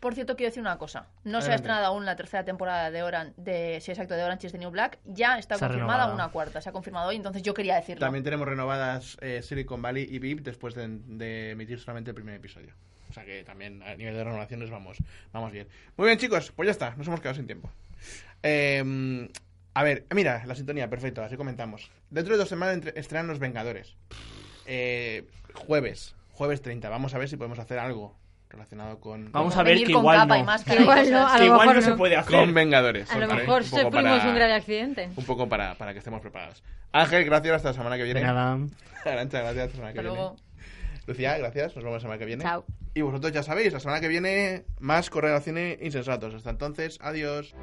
[SPEAKER 3] Por cierto, quiero decir una cosa. No se ha
[SPEAKER 2] Adelante.
[SPEAKER 3] estrenado aún la tercera temporada de Oran, de si es exacto, de Orange is the New Black. Ya está
[SPEAKER 4] Se ha
[SPEAKER 3] confirmada
[SPEAKER 4] renovado.
[SPEAKER 3] una cuarta. Se ha confirmado hoy, entonces yo quería decirlo.
[SPEAKER 2] También tenemos renovadas eh, Silicon Valley y VIP después de, de emitir solamente el primer episodio. O sea que también a nivel de renovaciones vamos, vamos bien. Muy bien, chicos, pues ya está, nos hemos quedado sin tiempo. Eh, a ver, mira, la sintonía, perfecto, así comentamos. Dentro de dos semanas entre- estrenan Los Vengadores. Eh, jueves, jueves 30, vamos a ver si podemos hacer algo. relacionado con,
[SPEAKER 4] Vamos
[SPEAKER 3] Como
[SPEAKER 4] a ver
[SPEAKER 3] venir
[SPEAKER 4] que
[SPEAKER 3] con
[SPEAKER 4] igual
[SPEAKER 3] capa
[SPEAKER 4] no.
[SPEAKER 3] y máscara
[SPEAKER 5] Que
[SPEAKER 3] y
[SPEAKER 5] igual no,
[SPEAKER 3] cosas.
[SPEAKER 5] a
[SPEAKER 4] Que
[SPEAKER 5] lo
[SPEAKER 4] igual
[SPEAKER 5] mejor
[SPEAKER 4] no se
[SPEAKER 5] no.
[SPEAKER 4] puede
[SPEAKER 2] con
[SPEAKER 4] hacer.
[SPEAKER 2] Vengadores.
[SPEAKER 5] A lo
[SPEAKER 2] ¿vale?
[SPEAKER 5] mejor
[SPEAKER 2] Un poco
[SPEAKER 5] sufrimos
[SPEAKER 2] para-
[SPEAKER 5] un grave accidente.
[SPEAKER 2] Un poco para, para que estemos preparados. Ángel, gracias. Hasta la semana que viene.
[SPEAKER 4] Nada.
[SPEAKER 2] Arancha, gracias. Hasta la semana que
[SPEAKER 3] Hasta luego.
[SPEAKER 2] viene. Lucía, gracias. Nos vemos la semana que viene.
[SPEAKER 5] Chao.
[SPEAKER 2] Y vosotros ya sabéis, la semana que viene más correo al cine insensatos. Hasta entonces, adiós.